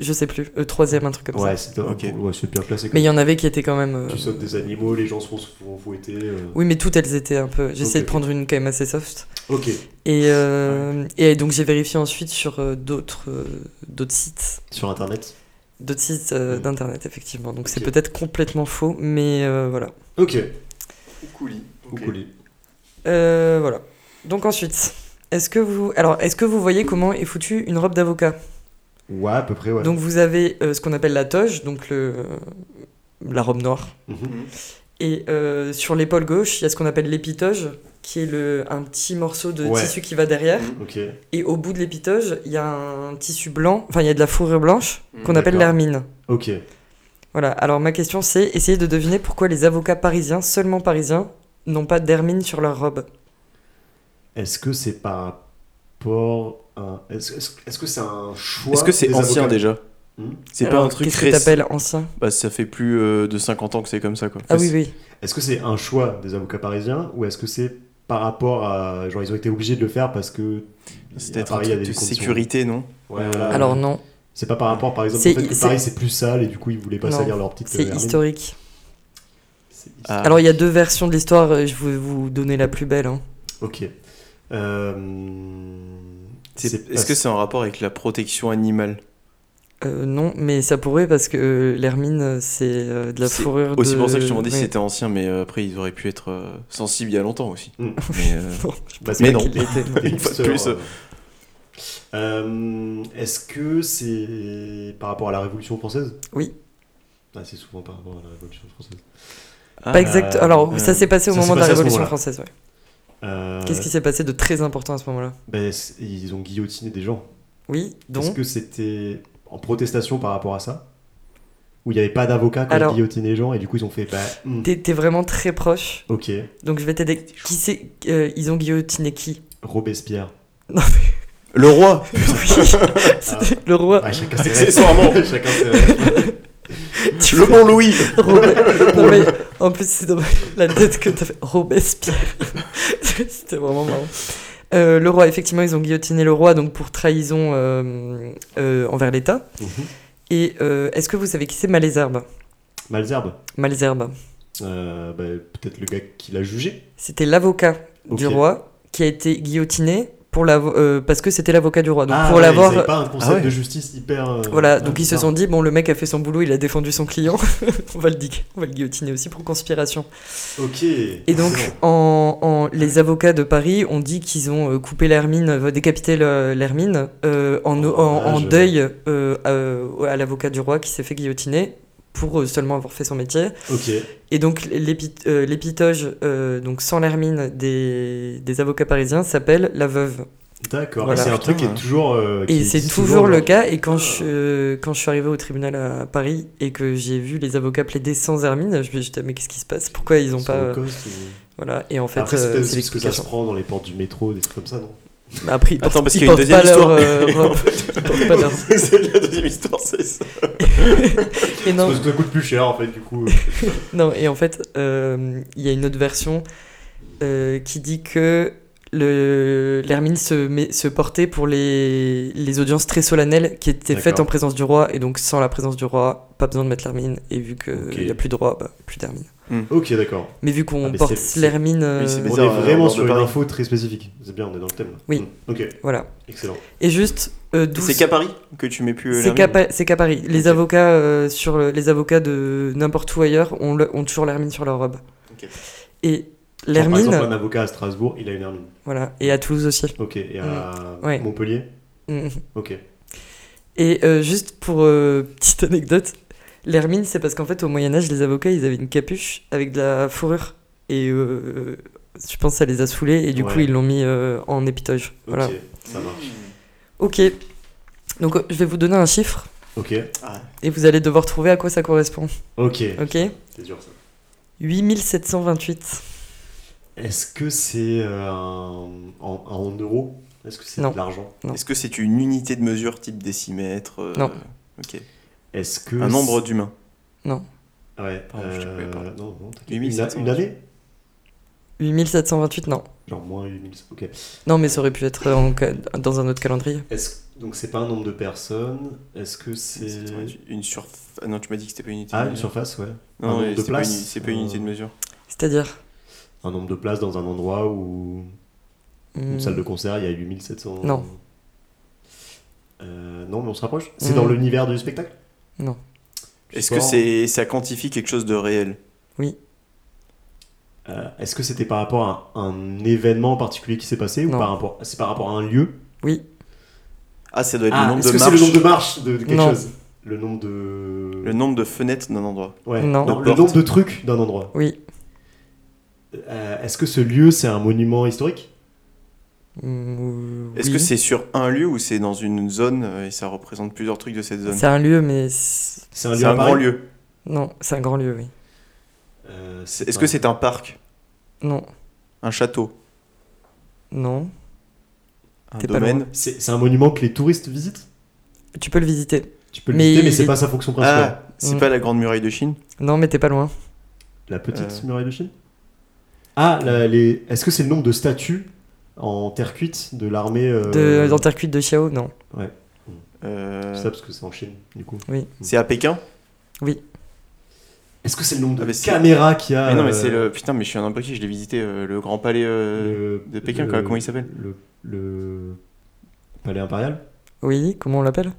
Je sais plus, euh, troisième, un truc comme
hein ouais,
ça.
c'est top.
Ok.
Ouais, c'est bien classé.
Mais il y en avait qui étaient quand même. euh,
Tu sautes des animaux, les gens se font, se font fouetter. euh.
Oui, mais toutes elles étaient un peu. J'essaie
Ok,
de prendre une quand même assez soft.
Ok.
Et, euh, et donc j'ai vérifié ensuite sur euh, d'autres euh, d'autres sites,
Sur internet.
d'autres sites euh,
Mm.
d'internet effectivement. Donc c'est
Ok.
peut-être complètement faux, mais euh, voilà.
Ok.
Couli.
Ou colis.
Euh, voilà. Donc ensuite, est-ce que vous alors est-ce que vous voyez comment est foutue une robe d'avocat
Ouais, à peu près, ouais.
Donc vous avez euh, ce qu'on appelle la toge, donc le euh, la robe noire.
Mhm.
Et euh, sur l'épaule gauche, il y a ce qu'on appelle l'épitoge, qui est le, un petit morceau de
Ouais.
tissu qui va derrière.
Ok.
Et au bout de l'épitoge, il y a un tissu blanc, enfin il y a de la fourrure blanche
Mhm,
qu'on appelle
d'accord.
l'hermine.
Ok.
Voilà, alors ma question c'est essayer de deviner pourquoi les avocats parisiens, seulement parisiens, n'ont pas d'hermine sur leur robe.
Est-ce que c'est par rapport à. Est-ce est-ce- est-ce que c'est un choix
Est-ce que c'est
des
ancien
avocats
déjà
Hmm
C'est pas
Alors,
un truc
Qu'est-ce que
récent.
t'appelles ancien
Bah, ça fait plus euh, de 50 ans que c'est comme ça quoi.
Ah
Enfin,
oui, oui.
Est-ce que c'est un choix des avocats parisiens ou est-ce que c'est par rapport à. Genre, ils ont été obligés de le faire parce que.
C'est
à
peut-être un
Paris, Ah, il y a
truc
des
de
conditions.
sécurité non
Ouais, voilà.
Alors non,
C'est pas par rapport, par exemple, au
C'est-
fait que
c'est-
Paris c'est plus sale et du coup ils voulaient pas
Non,
salir leur petite.
c'est
euh, hermine.
historique.
C'est-
Ah.
Alors il y a deux versions de l'histoire, euh, je vais vous donner la plus belle. hein.
Ok. Euh,
C'est- Est-ce
parce-
que c'est en rapport avec la protection animale
Euh, non, mais ça pourrait parce que euh, l'hermine, euh, c'est euh, de la
C'est
fourrure.
Aussi
de-
pour ça que je te demandais si
Ouais.
c'était ancien, mais euh, après ils auraient pu être euh, sensibles il y a longtemps aussi.
Mm.
Mais, euh,
Bon,
bah,
Mais
pas
non.
qu'il l'était,
Une
des
fois de
hipsters,
plus.
euh. Euh, Est-ce que c'est par rapport à la Révolution française
Oui.
Ah, c'est souvent par rapport à la Révolution française.
ah,
Pas exact.
euh,
Alors,
euh,
ça s'est passé au
ça
moment
s'est
de la
passé à ce
Révolution
moment-là.
française. ouais.
Euh,
Qu'est-ce qui s'est passé de très important à ce moment-là
ben, c'est- Ils ont guillotiné des gens.
Oui,
Est-ce
donc.
que c'était en protestation par rapport à ça Où il n'y avait pas d'avocat quand
Alors-
ils guillotinaient les gens et du coup ils ont fait. Bah, hmm,
T'es t'es vraiment très proche.
ok,
Donc, je vais t'aider. Qui c'est euh, Ils ont guillotiné qui
Robespierre.
Le roi
C'était le
Oh.
roi
Ah, chacun ses
Accessoirement.
rêves. chacun ses rêves.
Le bon Louis
Robert- Non, mais en plus, c'est dommage. La tête que t'as fait. Robespierre. C'était vraiment marrant. Euh, le roi, effectivement, ils ont guillotiné le roi donc pour trahison euh, euh, envers l'État.
Mhm.
Et euh, est-ce que vous savez qui c'est Malesherbes
Malzerbe,
Malesherbes,
euh, bah, peut-être le gars qui l'a jugé.
c'était l'avocat du
Ok.
roi qui a été guillotiné pour la euh, parce que c'était l'avocat du roi. Donc
Ah
pour
ouais,
l'avoir
ils avaient pas un concept
Ah ouais.
de justice hyper. euh,
Voilà,
ah,
donc ils se
bizarre.
sont dit, bon, le mec a fait son boulot, il a défendu son client, on va le digue, on va le guillotiner aussi pour conspiration.
Ok.
Et donc, en, en- les avocats de Paris ont dit qu'ils ont euh, coupé l'hermine, euh, décapité le- l'hermine, euh, en,
Oh,
en- en
dommage.
deuil euh, à, à l'avocat du roi qui s'est fait guillotiner pour euh, seulement avoir fait son métier.
Ok.
Et donc l'épi- euh, l'épitoge, euh, donc sans l'hermine des, des avocats parisiens, s'appelle la veuve.
D'accord.
Voilà.
C'est un
Putain.
truc qui est toujours. euh, qui
Et c'est
existe
toujours le
genre.
cas. Et quand je, euh, quand je suis arrivé au tribunal à Paris et que j'ai vu les avocats plaider sans hermine, je me suis dit, mais qu'est-ce qui se passe Pourquoi ils ont
Sur
pas.
le
euh,
Coast, ou-
voilà. Et en fait,
Après, c'est
euh,
peut-être
c'est
parce que ça se
l'explication.
prend dans les portes du métro, des trucs comme ça, non
Bah, Après, ils
Attends,
portent-
parce
ils
qu'il y a une
portent pas
deuxième
leur, euh, robe. Ils portent pas leur-
C'est la deuxième histoire, c'est ça.
Et
C'est
non,
Parce que ça coûte plus cher, en fait, du coup. euh.
non, et en fait, euh, il y a une autre version euh, qui dit que le- l'hermine se, met- se portait pour les, les audiences très solennelles qui étaient faites
D'accord.
en présence du roi, et donc sans la présence du roi, pas besoin de mettre l'hermine, et vu qu'il
Ok.
n'y a plus de roi, bah, plus d'hermine.
Ok, d'accord.
Mais vu qu'on
Ah, mais
porte
c'est-
Slermine,
Oui, c'est
euh,
bizarre.
On est
euh,
vraiment
bord de
sur une
Paris.
info très spécifique. C'est bien, on est dans le thème. là.
Oui.
Mm. Ok,
voilà.
excellent.
Et juste, euh, d'où
C'est qu'à Paris que tu mets plus. euh,
C'est
l'hermine
qu'à Pa- c'est qu'à Paris. Les
Ok.
avocats euh, sur le- les avocats de n'importe où ailleurs ont, le- ont toujours l'hermine sur leur robe.
Ok.
Et
Genre, par
l'hermine,
exemple, un avocat à Strasbourg, il a une hermine.
voilà, et à Toulouse aussi.
Ok, et à
Mm. Ouais.
Montpellier
Mhm.
Ok.
Et euh, juste pour euh, petite anecdote, l'hermine, c'est parce qu'en fait au Moyen Âge, les avocats, ils avaient une capuche avec de la fourrure et euh, je pense que ça les a saoulés et du coup
Ouais.
ils l'ont mis euh, en épitoge.
Ok,
Voilà.
ça marche.
Ok. Donc euh, je vais vous donner un chiffre
Ok,
Ah,
et vous allez devoir trouver à quoi ça correspond.
ok.
Ok.
C'est dur ça.
8728.
Est-ce que c'est euh, un- en, en euros Est-ce que c'est
Non.
de l'argent
Non.
Est-ce que c'est une unité de mesure type décimètre euh,
Non.
Ok.
Est-ce que.
Un nombre d'humains.
c'est- Ouais.
Pardon, je t'ai coupé,
euh,
pardon.
non, non, t'inquiète.
8700.
Une, une année
8728, non.
Genre moins 8000. Ok.
Non, mais ça aurait pu être euh, en ca- dans un autre calendrier.
Est-ce- Donc c'est pas un nombre de personnes. Est-ce que c'est.
Une surface. Ah non, tu m'as dit que c'était pas une unité
Ah,
de
une
mesure.
surface, ouais. un
Non,
nombre
mais c'est
de
pas une-
places,
c'est pas une unité de
euh,
mesure.
C'est-à-dire.
Un nombre de places dans un endroit où. Une
hmm,
salle de concert, il y a 8700.
Non.
Euh, non, mais on se rapproche. C'est
Mm.
dans l'univers du spectacle
Non.
Du
Est-ce que
sport hein.
c'est ça quantifie quelque chose de réel
Euh, Est-ce que c'était par rapport à un événement particulier qui s'est passé ou
Non.
par rapport c'est par rapport à un lieu
Oui,
Ah, ça doit être
Ah,
le nombre
Est-ce
de
que c'est le
marches.
nombre de marches de, de quelque
Non.
chose Le nombre de
Le nombre de fenêtres d'un endroit.
ouais.
Non.
le
Porte.
nombre de trucs d'un endroit.
oui.
Euh, Est-ce que ce lieu c'est un monument historique
hmm,
Est-ce
oui.
que c'est sur un lieu ou c'est dans une zone euh, et ça représente plusieurs trucs de cette zone
C'est un lieu, mais. c'est-
C'est Ah, un lieu
C'est
à
un grand
Paris
lieu.
Non, c'est un grand lieu, oui.
Euh,
C'est- Est-ce que c'est un parc
Non,
Un château
non.
Un
T'es pas
domaine
c'est c'est un monument que les touristes visitent
Tu peux le visiter.
Tu peux le
Mais
visiter mais
il
c'est
est-
pas sa fonction principale.
Ah, c'est
Mm.
pas la Grande Muraille de Chine
Non, mais t'es pas loin.
La petite
Euh.
muraille de Chine Ah, la- les... est-ce que c'est le nombre de statues en terre cuite de l'armée euh,
De, Dans Terre cuite de Chiao, non.
Euh,
Ça parce que c'est en Chine du coup.
C'est à Pékin
Est-ce que c'est le nombre de
Ah, mais c'est-
caméras qu'il y a
Mais non, mais
euh,
c'est le. Putain, mais je suis un impossible, je l'ai visité, euh, le Grand Palais. euh,
le-
de Pékin, quoi, comment il s'appelle
le, le palais impérial.
Oui, comment on l'appelle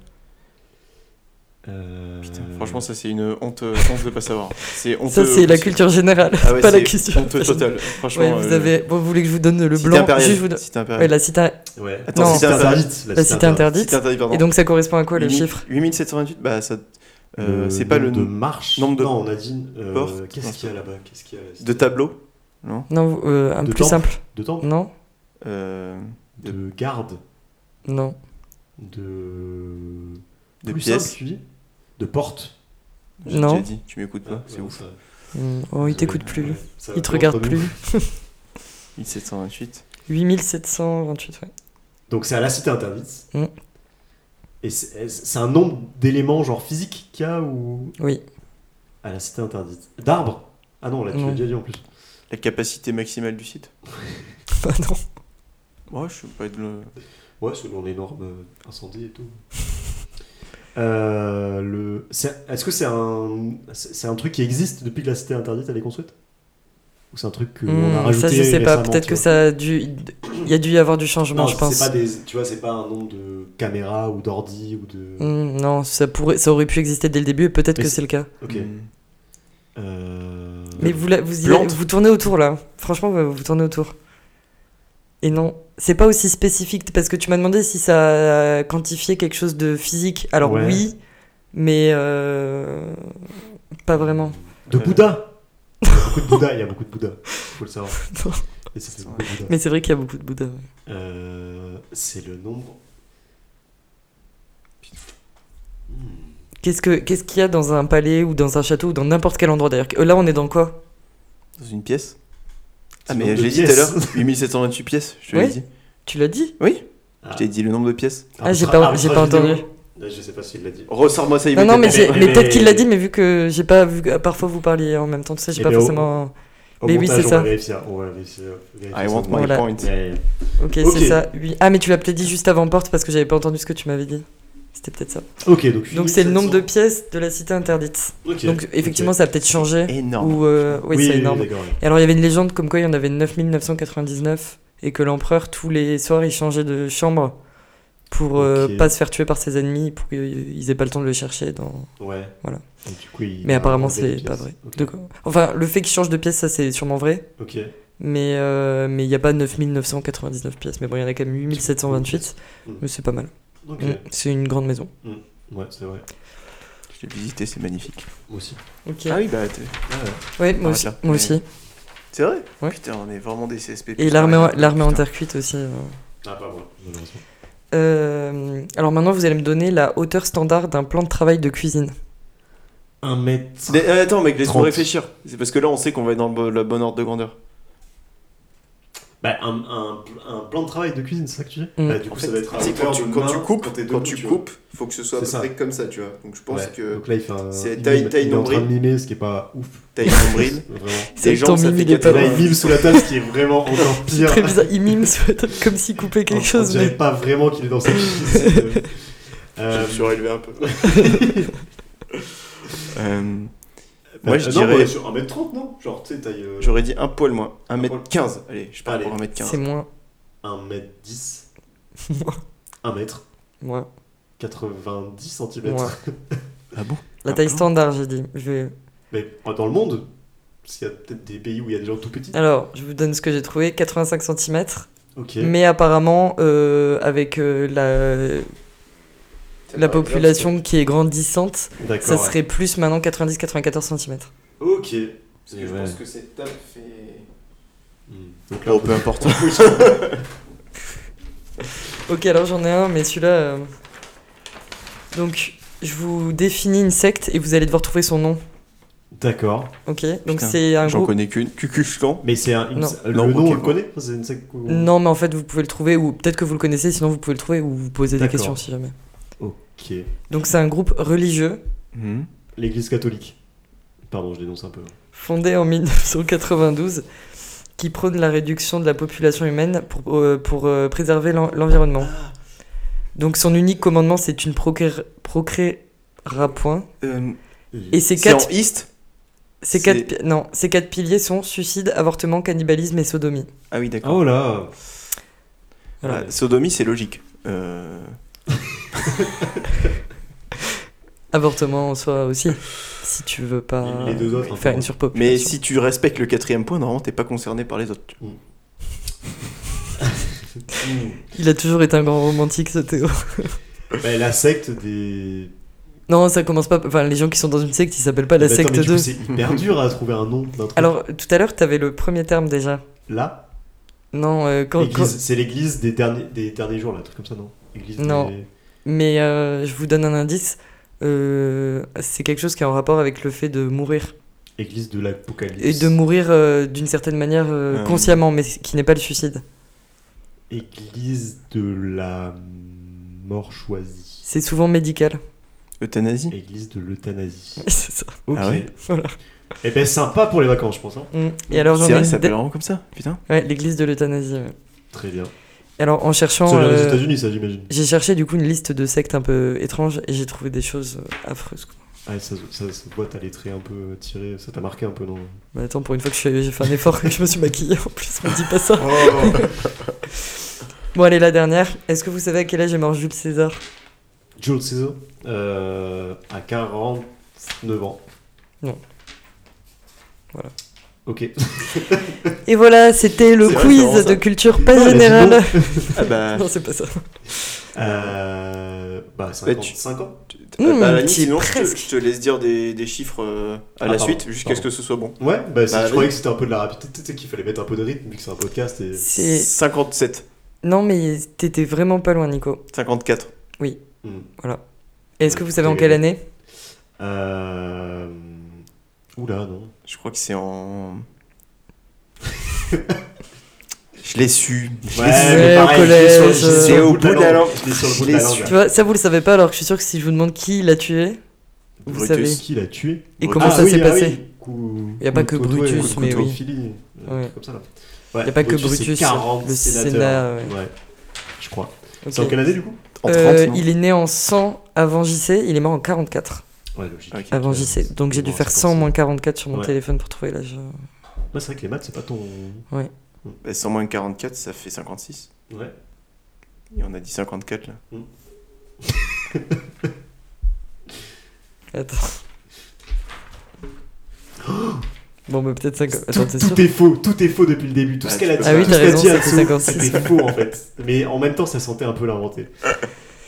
Euh,
Putain, franchement, ça c'est une honte, euh, honte de pas savoir. C'est
Ça,
honteux.
c'est la culture générale,
Ah ouais,
pas la
c'est
culture.
Honteux total. Franchement.
Ouais, vous,
euh,
avez... bon, vous voulez que je vous donne le
cité
blanc
impériale,
Juste, je vous donne-
cité
Ouais,
impériale.
la cité,
Ouais.
Attends,
Non.
cité
c'est
interdite.
la cité interdite.
Cité interdite, pardon.
Et donc, ça correspond à quoi le
Huit-
chiffre
8728, bah ça. euh, c'est pas le
nombre de
nom
marche.
nombre de
non, on a dit. euh,
portes.
Qu'est-ce qu'il y a là-bas Qu'est-ce qu'il y a là
de tableau,
Non, vous- euh, un
De
plus
temple.
simple.
De temple,
Non,
euh,
de garde,
non,
de.
de
Plus
pièces.
simple, tu dis De porte.
J'ai
Non.
déjà dit, tu m'écoutes pas,
Ah,
c'est
ouais,
ouf.
ça-
Hmm, Oh, il
ça-
t'écoute plus.
ouais, ça va
Il te
pas
regarde
euh, entre
plus.
nous.
1728.
8728, ouais.
Donc c'est à la cité interdite.
Mm.
Et c'est c'est un nombre d'éléments genre physique qu'il y a ou
Oui,
à la cité interdite D'arbres Ah non, là tu
Non.
l'as déjà dit en plus.
La capacité maximale du site
bah non.
Ouais, je sais pas de le.
Ouais, selon les normes euh, incendie et tout. Euh, le... c'est- Est-ce que c'est un... c'est c'est un truc qui existe depuis que la cité interdite elle est construite Ou c'est un truc qu'on
Hmm,
a rajouté
ça, je sais pas.
récemment,
Peut-être
tu
que
vois
ça a dû. Il y a dû y avoir du changement,
Non,
je
c'est
pense.
pas des... tu vois, c'est pas un nombre de caméras ou d'ordi ou de.
Hmm, non, ça, pourrait, ça aurait pu exister dès le début et peut-être
Mais
que
c'est-
c'est le cas.
Ok.
Hmm.
Euh,
Mais vous, la- vous, y-
Plante.
vous tournez autour là. Franchement, vous vous tournez autour. Et non, c'est pas aussi spécifique parce que tu m'as demandé si ça quantifiait quelque chose de physique. Alors
Ouais.
oui, mais euh, pas vraiment.
De
Euh,
Bouddha Il y a beaucoup de Bouddha, il y a beaucoup de Bouddha, faut le savoir.
Non.
Et ça fait beaucoup de Bouddha.
Mais c'est vrai qu'il y a beaucoup de Bouddha. ouais.
Euh, c'est le nombre. Hmm.
Qu'est-ce que qu'est-ce qu'il y a dans un palais ou dans un château ou dans n'importe quel endroit d'ailleurs Euh, Là, on est dans quoi
Dans une pièce
C'est
Ah,
le
mais
nombre
j'ai
de
dit tout à
pièces.
l'heure, 8728 pièces, je te l'ai
Ouais.
dit.
Tu l'as dit
Oui,
Ah,
je t'ai dit le nombre de pièces.
Ah, j'ai
arbitrage-
pas, j'ai pas
arbitrage
entendu.
vidéo. Là, je sais pas s'il l'a dit.
Ressors-moi ça
Non, non, mais, j'ai-
immédiatement.
mais peut-être
Mais-
qu'il l'a dit, mais vu que j'ai pas vu que parfois vous parliez en même temps, tu sais, j'ai
Eh
pas
ben, oh.
forcément.
Au
Mais oui,
montage,
c'est
on
ça.
Va vérifier, on va vérifier. vérifier
I
ça.
want my
Voilà.
point.
Ouais, ouais.
Ok,
Ok.
c'est ça. oui. Ah, mais tu l'as peut-être dit juste avant porte parce que j'avais pas entendu ce que tu m'avais dit. C'était peut-être ça.
Ok, donc.
Donc c'est le nombre de pièces de la cité interdite. Donc effectivement, ça a peut-être changé.
Énorme.
Ou, euh, oui,
oui,
c'est énorme.
d'accord, oui.
Et alors, il y avait une légende comme quoi il y en avait 9999 et que l'empereur, tous les soirs, il changeait de chambre pour euh,
Ok.
pas se faire tuer par ses ennemis, pour qu'ils aient pas le temps de le chercher. Dans...
Ouais.
Voilà.
Et du coup, il
Mais
a
apparemment,
enlevé les
c'est pas
pièces.
vrai.
Ok.
De quoi Enfin, le fait qu'il change de pièce, ça c'est sûrement vrai,
Ok.
mais euh, mais il n'y a pas 9999 pièces. Mais bon, il y en a quand même 8728,
Mm.
mais c'est pas mal.
Ok.
Mm. C'est une grande maison.
Ouais, c'est vrai.
Je l'ai visité, c'est magnifique.
Moi aussi.
Ok.
Ah oui, bah t'es-
Ouais, moi
Ah,
aussi.
tiens.
Moi
Mais-
aussi.
c'est vrai.
Ouais.
Putain, on est vraiment des CSP.
Et
putain,
l'armée en,
ouais,
l'armée en
putain.
terre cuite aussi. euh.
Ah, pas moi, malheureusement.
Euh, alors maintenant, vous allez me donner la hauteur standard d'un plan de travail de cuisine.
Un mètre.
Mais, euh, attends, mec, laisse-moi
30.
réfléchir. C'est parce que là, on sait qu'on va être dans le, bo- le bon ordre de grandeur.
Bah, un, un, un plan de travail de cuisine, c'est ça que tu dis
Mm.
Bah, du
En
coup,
fait,
ça va être un
c'est quand
hauteur
tu-
de
quand
main
tu coupes,
t'es
quand
debout,
tu
vois.
coupes, faut que ce soit à
C'est
peu
ça.
près comme ça, tu vois. Donc je pense
Ouais,
que
Donc là, il fait un.
c'est
il
taille-
mime-
taille
Il est en train de
nombril.
mimer, ce qui est pas ouf.
T'as une nombril.
Vraiment.
C'est
Les
le temps
gens, ça
mime,
fait
il est pas
Là,
80.
il mime sous la table, ce qui est vraiment encore pire.
Très bizarre, il mime sous la table comme s'il coupait
On-
quelque chose.
On dirait
mais-
pas vraiment qu'il est dans sa cuisine.
je
Euh,
me suis relevé un peu.
Euh,
bah,
Moi, je
non,
dirais-
ouais, sur 1m30, non Genre, tu sais, taille. euh,
J'aurais dit un poil moins.
Un poil.
1m15. Allez, je parle
Allez.
pour 1m15.
C'est moins.
1m10.
Moins.
1m.
Moins.
90 cm.
Moins.
Ah bon
La taille
Ah bon
standard, j'ai dit. Je vais-
Mais pas dans le monde. S'il y a peut-être des pays où il y a des gens tout petits.
Alors, je vous donne ce que j'ai trouvé 85 cm.
Ok.
Mais apparemment, euh, avec euh, la,
Ah,
la population qui est grandissante,
D'accord.
ça
ouais.
serait plus maintenant 90-94 cm.
Ok.
Parce que je
Ouais.
pense que cette table fait.
Hmm. Donc là,
Oh, peu importe.
Ok, alors j'en ai un, mais celui-là. euh, Donc, je vous définis une secte et vous allez devoir trouver son nom.
D'accord.
Ok Donc,
Putain,
c'est un
J'en
groupe.
connais qu'une. Cucuscan.
Mais c'est un.
Non.
Le
Non, ok,
nom, on le
bon.
connaît C'est une secte qu'on-
Non, mais en fait, vous pouvez le trouver, ou peut-être que vous le connaissez, sinon vous pouvez le trouver ou vous poser des
D'accord.
questions si jamais.
Ok.
Donc, c'est un groupe religieux Mhm.
L'église catholique. Pardon, je dénonce un peu.
fondé en 1992 qui prône la réduction de la population humaine pour, euh, pour, euh, préserver l'en- l'environnement. Donc, son unique commandement, c'est une procré- procréera point.
Euh,
Et ces
c'est
quatre,
en East
ces
c'est-
quatre, pi- non, ces quatre piliers sont suicide, avortement, cannibalisme et sodomie.
Ah oui, d'accord.
Oh là
Voilà, Ah, Sodomie, c'est logique. Euh,
Avortement en soi aussi, si tu veux pas
Les deux autres,
faire une
hein, bon.
Mais
surpopulation.
si tu respectes le quatrième point, normalement, t'es pas concerné par les autres. tu vois.
Il a toujours été un grand romantique, ce Théo.
Bah, La secte des.
Non, ça commence pas. Enfin, les gens qui sont dans une secte, ils s'appellent pas la
Bah, attends,
secte
mais du coup,
2.
C'est hyper dur à trouver un nom d'un truc.
Alors, tout à l'heure, t'avais le premier terme déjà.
Là,
Non, euh, quand.
église-
quand-
c'est l'église des derniers, des derniers jours, là, un truc comme ça, non Église
Non.
des-
Mais euh, je vous donne un indice. Euh, c'est quelque chose qui est en rapport avec le fait de mourir.
Église de l'Apocalypse.
Et de mourir euh, d'une certaine manière
Ah
euh,
Euh.
consciemment, mais qui n'est pas le suicide.
Église de la mort choisie.
C'est souvent médical.
Euthanasie
Église de l'euthanasie.
C'est ça.
Ok.
Ah ouais
Voilà.
Eh ben sympa pour les vacances, je pense. hein.
Mm. Et alors, j'en
C'est
ai
vrai,
une
ça s'appelle
de-
vraiment comme ça Putain.
Ouais, l'église de l'euthanasie. ouais.
Très bien.
Et alors, en cherchant.
Ça vient des
euh,
États-Unis, ça j'imagine.
J'ai cherché du coup une liste de sectes un peu étranges et j'ai trouvé des choses euh, affreuses. quoi.
Ah, ça, ça se voit, t'as les traits un peu tirés. Ça t'a marqué un peu, non
Mais Bah, attends, pour une fois que je suis- j'ai fait un effort et que je me suis maquillée, en plus on me dit pas ça. Oh. Bon allez, la dernière. Est-ce que vous savez à quel âge est mort Jules César
Jules Caesar, euh, à 49 ans.
Non. Voilà.
Ok.
Et voilà, c'était le
C'est vrai, c'est
quiz
vraiment
de
ça.
culture pas
Ah,
générale.
Ah bah.
Non, c'est pas ça.
Euh, bah, 50,
Ouais, tu-
5 ans
tu-
Mmh,
bah, à la limite,
t'y es
sinon, je te,
presque.
je te laisse dire des, des chiffres euh, à
Ah,
la
pardon,
suite jusqu'à ce
pardon.
que ce soit bon.
Ouais, bah, c'est-
Bah,
je
oui.
croyais que c'était un peu de la rapidité, tu sais, qu'il fallait mettre un peu de rythme vu que c'est un podcast. Et...
C'est...
57,
Non, mais t'étais vraiment pas loin, Nico.
54.
Hmm.
Et Est-ce que vous savez en quelle année
Euh... Oula, non.
Je crois que c'est en. je l'ai su.
Ouais,
su.
mais
Ouais, au
pareil, je l'ai sur- je l'ai
collège,
sur le
euh,
bout de la langue. Je l'ai sur le
Je
bout de
l'ai
la
su.
langue.
Tu vois, ça vous le savez pas alors que je suis sûr que si je vous demande qui l'a tué, vous
Brutus.
savez.
Qui l'a tué
Et
Brutus.
comment
Ah
ça s'est passé
Il
Y a pas que Brutus, mais oui. Ouais.
euh, Comme ça, là. Ouais,
Y a pas que
c'est
Brutus, hein,
40
le
sénateurs.
Sénat, ouais.
Ouais, je crois.
Ok.
C'est en quelle année, du coup
En 30,
Euh,
non
il est né en 100 avant JC, il est mort en 44.
Ouais, logique.
Ok.
Avant
Ok,
JC. Donc j'ai dû
bon,
faire
c'est
100
pour
moins 44 sur mon
Ouais.
téléphone pour trouver l'âge. euh.
Ouais, c'est vrai que les maths, c'est pas ton.
Bah, 100 moins 44, ça fait 56.
Ouais.
Et on a dit 54 là.
Attends. Bon, mais peut-être 50. Attends, t'es sûr
Tout est faux, tout est faux depuis le début. Tout
Ah,
ce
tu
qu'elle a
peux
dit,
pas. Ah oui,
tout
t'as
ce qu'elle
raison,
dit,
ça
à
fait
Sophie,
56.
c'était faux en fait. Mais en même temps, ça sentait un peu l'inventé.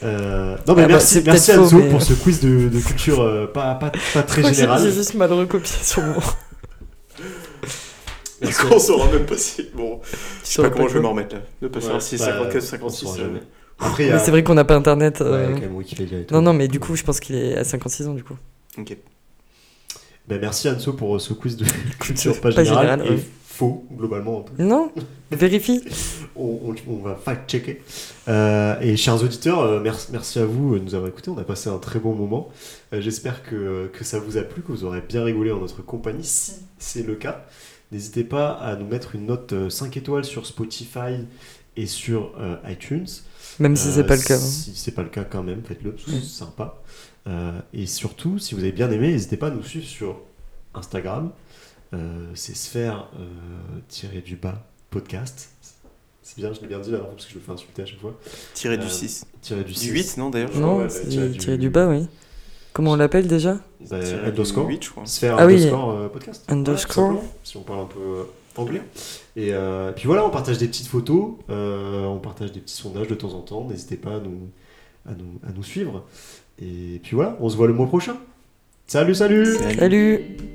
Euh, Non, mais
Ah bah,
merci,
c'est peut-être
merci
faux,
Anso
mais-
pour ce quiz de, de culture euh, pas, pas, pas
Je
très
crois que j'ai-
générale.
J'ai juste mal recopié sur mon.
Du coup, on saura même pas si. Bon, je sais
sur
pas
le
comment je vais
papier.
m'en remettre là. De pas
Ouais,
savoir si
bah,
54
on
56.
saura jamais.
euh,
Après, il y a-
Mais c'est vrai qu'on n'a pas internet.
Ouais,
euh,
il y a quand même Wikipédia et tout.
Non, non, mais du coup, je pense qu'il est à 56 ans, du coup.
Ok.
Bah, merci Anso pour ce quiz de culture pas
pas
générale.
générale,
et
ouais.
faux, globalement. en tout.
Non Vérifie
On, on- on va fact-checker. Euh, et chers auditeurs, euh, merci, merci à vous euh, de nous avoir écoutés. On a passé un très bon moment. Euh, J'espère que, que ça vous a plu, que vous aurez bien rigolé en notre compagnie. Si c'est le cas, n'hésitez pas à nous mettre une note euh, 5 étoiles sur Spotify et sur euh, iTunes.
Même si
Euh,
c'est pas le cas. hein.
Si c'est pas le cas, quand même, faites-le, parce que c'est sympa. Euh, et surtout, si vous avez bien aimé, n'hésitez pas à nous suivre sur Instagram. Euh, c'est sphère euh, tiré du bas podcast. C'est bien, je l'ai bien dit là, parce que je me fais insulter à chaque fois.
Tiré
Euh,
du 6.
Tiré du
Du
6.
8, non d'ailleurs
Non,
ouais, bah,
c'est
tiré
tiré,
du-
du bas, oui. Comment on l'appelle déjà
bah,
Tiré du
underscore.
8, je crois.
Sphère
Ah oui.
underscore euh, podcast. Voilà, tout
Underscore.
simplement, si on parle un peu euh, anglais. Et euh, puis voilà, on partage des petites photos, euh, on partage des petits sondages de temps en temps. N'hésitez pas à nous, à, nous, à nous suivre. Et puis voilà, on se voit le mois prochain. Salut, salut
Salut.
Salut